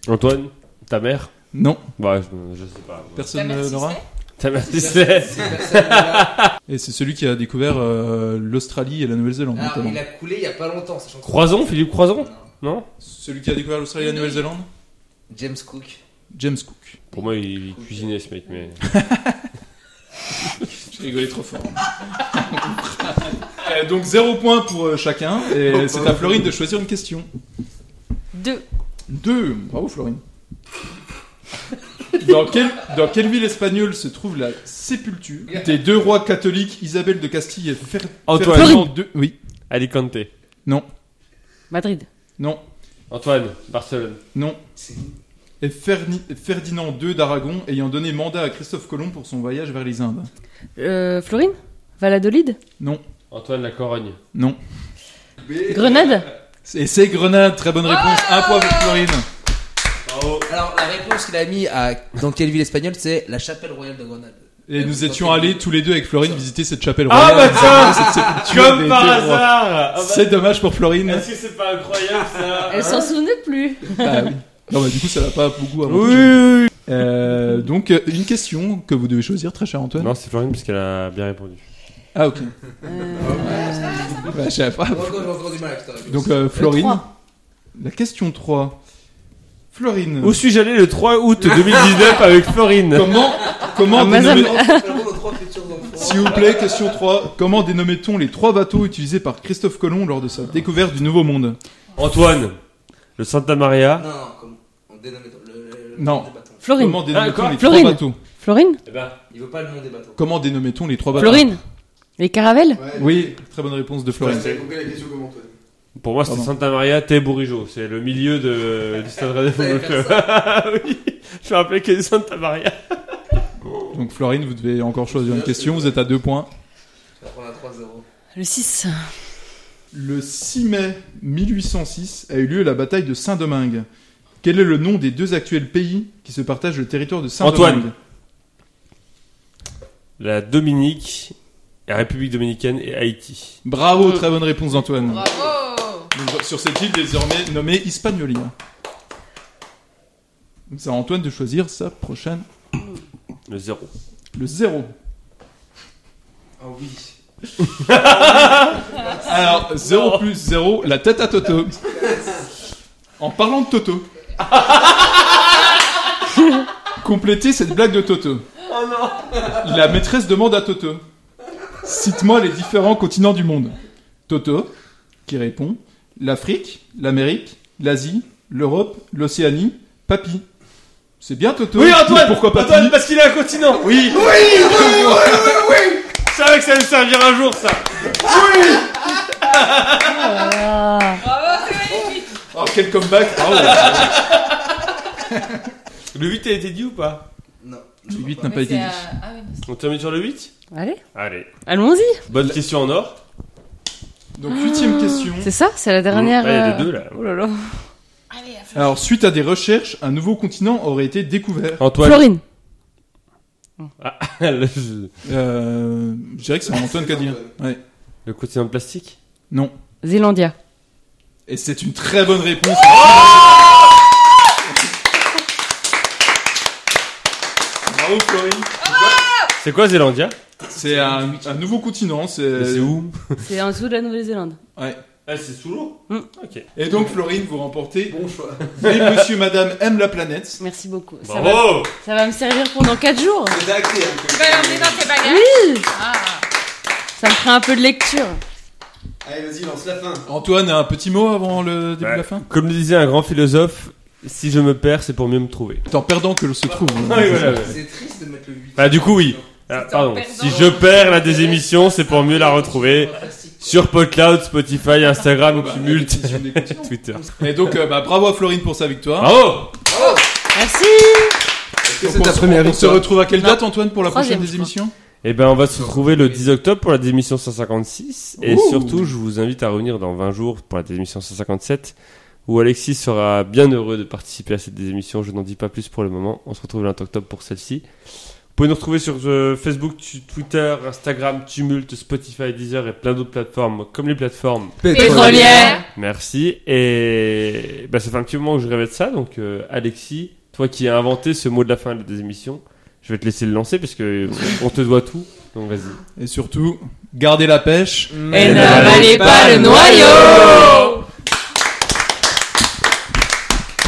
Speaker 1: Antoine Ta mère
Speaker 2: Non.
Speaker 1: Bah, je, je sais pas. ouais.
Speaker 4: Ta
Speaker 2: Personne
Speaker 4: mère
Speaker 2: euh,
Speaker 4: Cicé
Speaker 2: n'aura
Speaker 1: Ta mère, tu sais
Speaker 6: ces personnes-là.
Speaker 2: Et c'est celui qui a découvert euh, l'Australie et la Nouvelle-Zélande.
Speaker 6: Alors,
Speaker 2: notamment.
Speaker 6: il a coulé il y a pas longtemps, sachant que-
Speaker 1: Croison Philippe Croison Non
Speaker 2: Celui qui a découvert l'Australie et la Nouvelle-Zélande
Speaker 6: James Cook.
Speaker 2: James Cook.
Speaker 1: Pour moi, il, il cuisinait ce mec, mais.
Speaker 2: J'ai rigolé trop fort. Euh, Donc zéro point pour euh, chacun. Et c'est à Florine de choisir une question.
Speaker 5: Deux.
Speaker 2: Deux. Bravo Florine. Dans, quel- dans quelle ville espagnole se trouve la sépulture des deux rois catholiques Isabelle de Castille et Fer-
Speaker 1: Antoine.
Speaker 2: Ferdinand II Oui.
Speaker 1: Alicante.
Speaker 5: Madrid
Speaker 2: Non.
Speaker 1: Antoine, Barcelone.
Speaker 2: Non. Et Ferni- Ferdinand II d'Aragon ayant donné mandat à Christophe Colomb pour son voyage vers les Indes.
Speaker 5: Euh, Florine Valladolid
Speaker 2: Non.
Speaker 1: Antoine, la Corogne.
Speaker 2: Non.
Speaker 5: Grenade
Speaker 2: Et c'est Grenade, très bonne réponse. Un point pour Florine.
Speaker 6: Alors, la réponse qu'il a mis à dans quelle ville espagnole, c'est la chapelle royale de Grenade.
Speaker 2: Et nous étions allés tous les deux avec Florine visiter cette chapelle
Speaker 1: Ah,
Speaker 2: royale.
Speaker 1: bah tiens
Speaker 2: cette sépulture
Speaker 1: Comme
Speaker 2: des
Speaker 1: par
Speaker 2: deux rois.
Speaker 1: hasard Ah, bah,
Speaker 2: C'est dommage pour Florine.
Speaker 1: Est-ce que c'est pas incroyable ça
Speaker 5: Elle s'en souvenait plus.
Speaker 2: Ah oui. Non, bah du coup, ça va pas beaucoup avant. Euh, donc, euh, une question que vous devez choisir, très cher Antoine.
Speaker 1: Non, c'est Florine puisqu'elle a bien répondu.
Speaker 2: Ah, ok.
Speaker 5: Euh,
Speaker 2: Bah, je savais pas.
Speaker 6: Moi, encore, j'ai encore du mal avec cette réponse.
Speaker 2: Donc, euh,
Speaker 5: le
Speaker 2: Florine.
Speaker 5: trois.
Speaker 2: La question 3. Florine.
Speaker 1: Où suis-je allé le 3 août 2019 avec Florine
Speaker 2: Comment, comment
Speaker 5: Ah, mais ça
Speaker 2: dénommer-
Speaker 6: Vraiment, nos trois futurs enfants.
Speaker 2: S'il vous plaît, question 3. Comment dénommait-on les trois bateaux utilisés par Christophe Colomb lors de sa découverte du Nouveau Monde
Speaker 1: Antoine Le Santa Maria
Speaker 6: Ah, Non, non, comment on dénomme le, le- le
Speaker 2: Non.
Speaker 6: nom des bâtons.
Speaker 5: Florine.
Speaker 1: Ah,
Speaker 2: Comment dénommait-on
Speaker 1: quoi
Speaker 2: les
Speaker 5: Florine.
Speaker 2: trois bateaux
Speaker 5: Florine
Speaker 1: Eh ben,
Speaker 6: Il veut pas le nom des bâtons.
Speaker 2: Comment dénommait-on les trois bateaux
Speaker 5: Florine Les caravelles
Speaker 2: Oui, très bonne réponse de Florine.
Speaker 7: Ouais,
Speaker 3: compris la question comment toi
Speaker 1: pour moi, c'est
Speaker 2: Pardon.
Speaker 1: Santa Maria Té Bourigeau. C'est le milieu de, du stade Rennais Football Club. oui, je me rappelais que Santa Maria.
Speaker 2: Donc Florine, vous devez encore choisir une question, vous êtes à deux points.
Speaker 6: Tu vas prendre un 3-0.
Speaker 5: Le 6.
Speaker 2: Le 6 mai 1806 a eu lieu la bataille de Saint-Domingue. Quel est le nom des deux actuels pays qui se partagent le territoire de Saint-Domingue
Speaker 1: Antoine. La Dominique, la République Dominicaine et Haïti.
Speaker 2: Bravo, très bonne réponse d'Antoine.
Speaker 4: Bravo
Speaker 2: Donc, sur cette île désormais nommée Hispaniolia. Donc, C'est à Antoine de choisir sa prochaine,
Speaker 1: Le zéro.
Speaker 2: le zéro.
Speaker 3: Ah oui.
Speaker 2: Alors, 0 plus 0, la tête à Toto. En parlant de Toto. Complétez cette blague de Toto.
Speaker 3: Ah
Speaker 2: La maîtresse demande à Toto. Cite-moi les différents continents du monde. Toto, qui répond, l'Afrique, l'Amérique, l'Asie, l'Europe, l'Océanie, Papy. C'est bien Toto.
Speaker 1: Oui, Antoine
Speaker 2: Pourquoi pas
Speaker 1: Antoine, parce qu'il est un continent Oui Oui, oui, oui, oui, oui Je savais que ça allait servir un jour, ça
Speaker 4: Bravo, c'est magnifique
Speaker 2: Oh, quel comeback bravo.
Speaker 1: Le 8 a été dit ou pas
Speaker 6: Non.
Speaker 2: Le 8 n'a
Speaker 4: Mais
Speaker 2: pas été
Speaker 4: c'est,
Speaker 2: dit.
Speaker 4: euh, Ah oui, non,
Speaker 1: On termine sur le 8
Speaker 5: Allez,
Speaker 1: Allez.
Speaker 5: allons-y.
Speaker 1: Bonne question en or.
Speaker 2: Donc, huitième question.
Speaker 5: Ah. C'est ça C'est la dernière.
Speaker 1: Ouais, il y a les
Speaker 5: euh,
Speaker 1: deux, là.
Speaker 5: Oh là là.
Speaker 4: c'est- Allez, à
Speaker 2: Alors, suite à des recherches, un nouveau continent aurait été découvert.
Speaker 1: Antoine.
Speaker 5: Florine.
Speaker 1: le,
Speaker 2: Euh, je dirais que c'est Antoine qui a dit. Ouais.
Speaker 1: le continent de plastique
Speaker 2: Non.
Speaker 5: Zélandia.
Speaker 2: Et c'est une très bonne réponse.
Speaker 5: Oh
Speaker 2: Bravo Florine.
Speaker 1: C'est quoi Zélandia
Speaker 2: C'est un, un nouveau continent.
Speaker 1: Mais
Speaker 2: C'est
Speaker 1: c'est où
Speaker 5: C'est en dessous de la Nouvelle-Zélande.
Speaker 2: Ouais.
Speaker 1: Ah, Euh, c'est sous l'eau
Speaker 5: Mm.
Speaker 1: Ok.
Speaker 2: Et donc Florine, vous remportez.
Speaker 3: Bon choix.
Speaker 2: Les Monsieur, Madame aiment la planète.
Speaker 5: Merci beaucoup. Ça va,
Speaker 1: Bravo
Speaker 5: ça va me servir pendant 4 jours.
Speaker 3: C'est acté. hein, que-
Speaker 4: Tu vas l'emmener dans tes bagages
Speaker 5: Oui
Speaker 4: Ah
Speaker 5: Ça me fera un peu de lecture.
Speaker 3: Allez, vas-y, lance la fin.
Speaker 2: Antoine, un petit mot avant le début
Speaker 1: Ouais.
Speaker 2: de la fin.
Speaker 1: Comme le disait un grand philosophe, si je me perds, c'est pour mieux me trouver.
Speaker 2: C'est en perdant que se trouve. hein.
Speaker 1: Ah
Speaker 6: C'est triste de mettre le 8.
Speaker 1: Bah, du coup, oui. Ah,
Speaker 4: en
Speaker 1: pardon.
Speaker 4: perdant.
Speaker 1: Si je perds la des émissions, c'est pour mieux la retrouver sur PodCloud, Spotify, Instagram,
Speaker 6: Bah,
Speaker 1: Tumult, Twitter.
Speaker 2: Et donc, euh, bah, bravo à Florine pour sa victoire.
Speaker 1: Bravo
Speaker 5: Merci.
Speaker 3: Est-ce que
Speaker 2: Donc,
Speaker 3: c'est
Speaker 2: on
Speaker 3: ta
Speaker 2: se-
Speaker 3: première
Speaker 2: on se
Speaker 3: victoire
Speaker 2: retrouve à quelle date, Antoine, pour la
Speaker 5: Troisième,
Speaker 2: prochaine des
Speaker 5: je crois.
Speaker 2: émissions
Speaker 1: Eh ben, on va se retrouver le 10 octobre pour la démission 156. Et
Speaker 2: Ouh.
Speaker 1: surtout, je vous invite à revenir dans 20 jours pour la démission 157, où Alexis sera bien heureux de participer à cette démission. Je n'en dis pas plus pour le moment. On se retrouve le 20 octobre pour celle-ci. Vous pouvez nous retrouver sur euh, Facebook, tu- Twitter, Instagram, Tumult, Spotify, Deezer et plein d'autres plateformes, comme les plateformes.
Speaker 5: Pétrolière.
Speaker 1: Merci. Et bah, ça fait un petit moment que je rêvais de ça. Donc, euh, Alexis, toi qui as inventé ce mot de la fin des émissions, je vais te laisser le lancer parce que euh, on te doit tout. Donc, vas-y.
Speaker 2: Et surtout, gardez la pêche.
Speaker 5: Et
Speaker 1: n'avalez
Speaker 5: n'avalez pas le noyau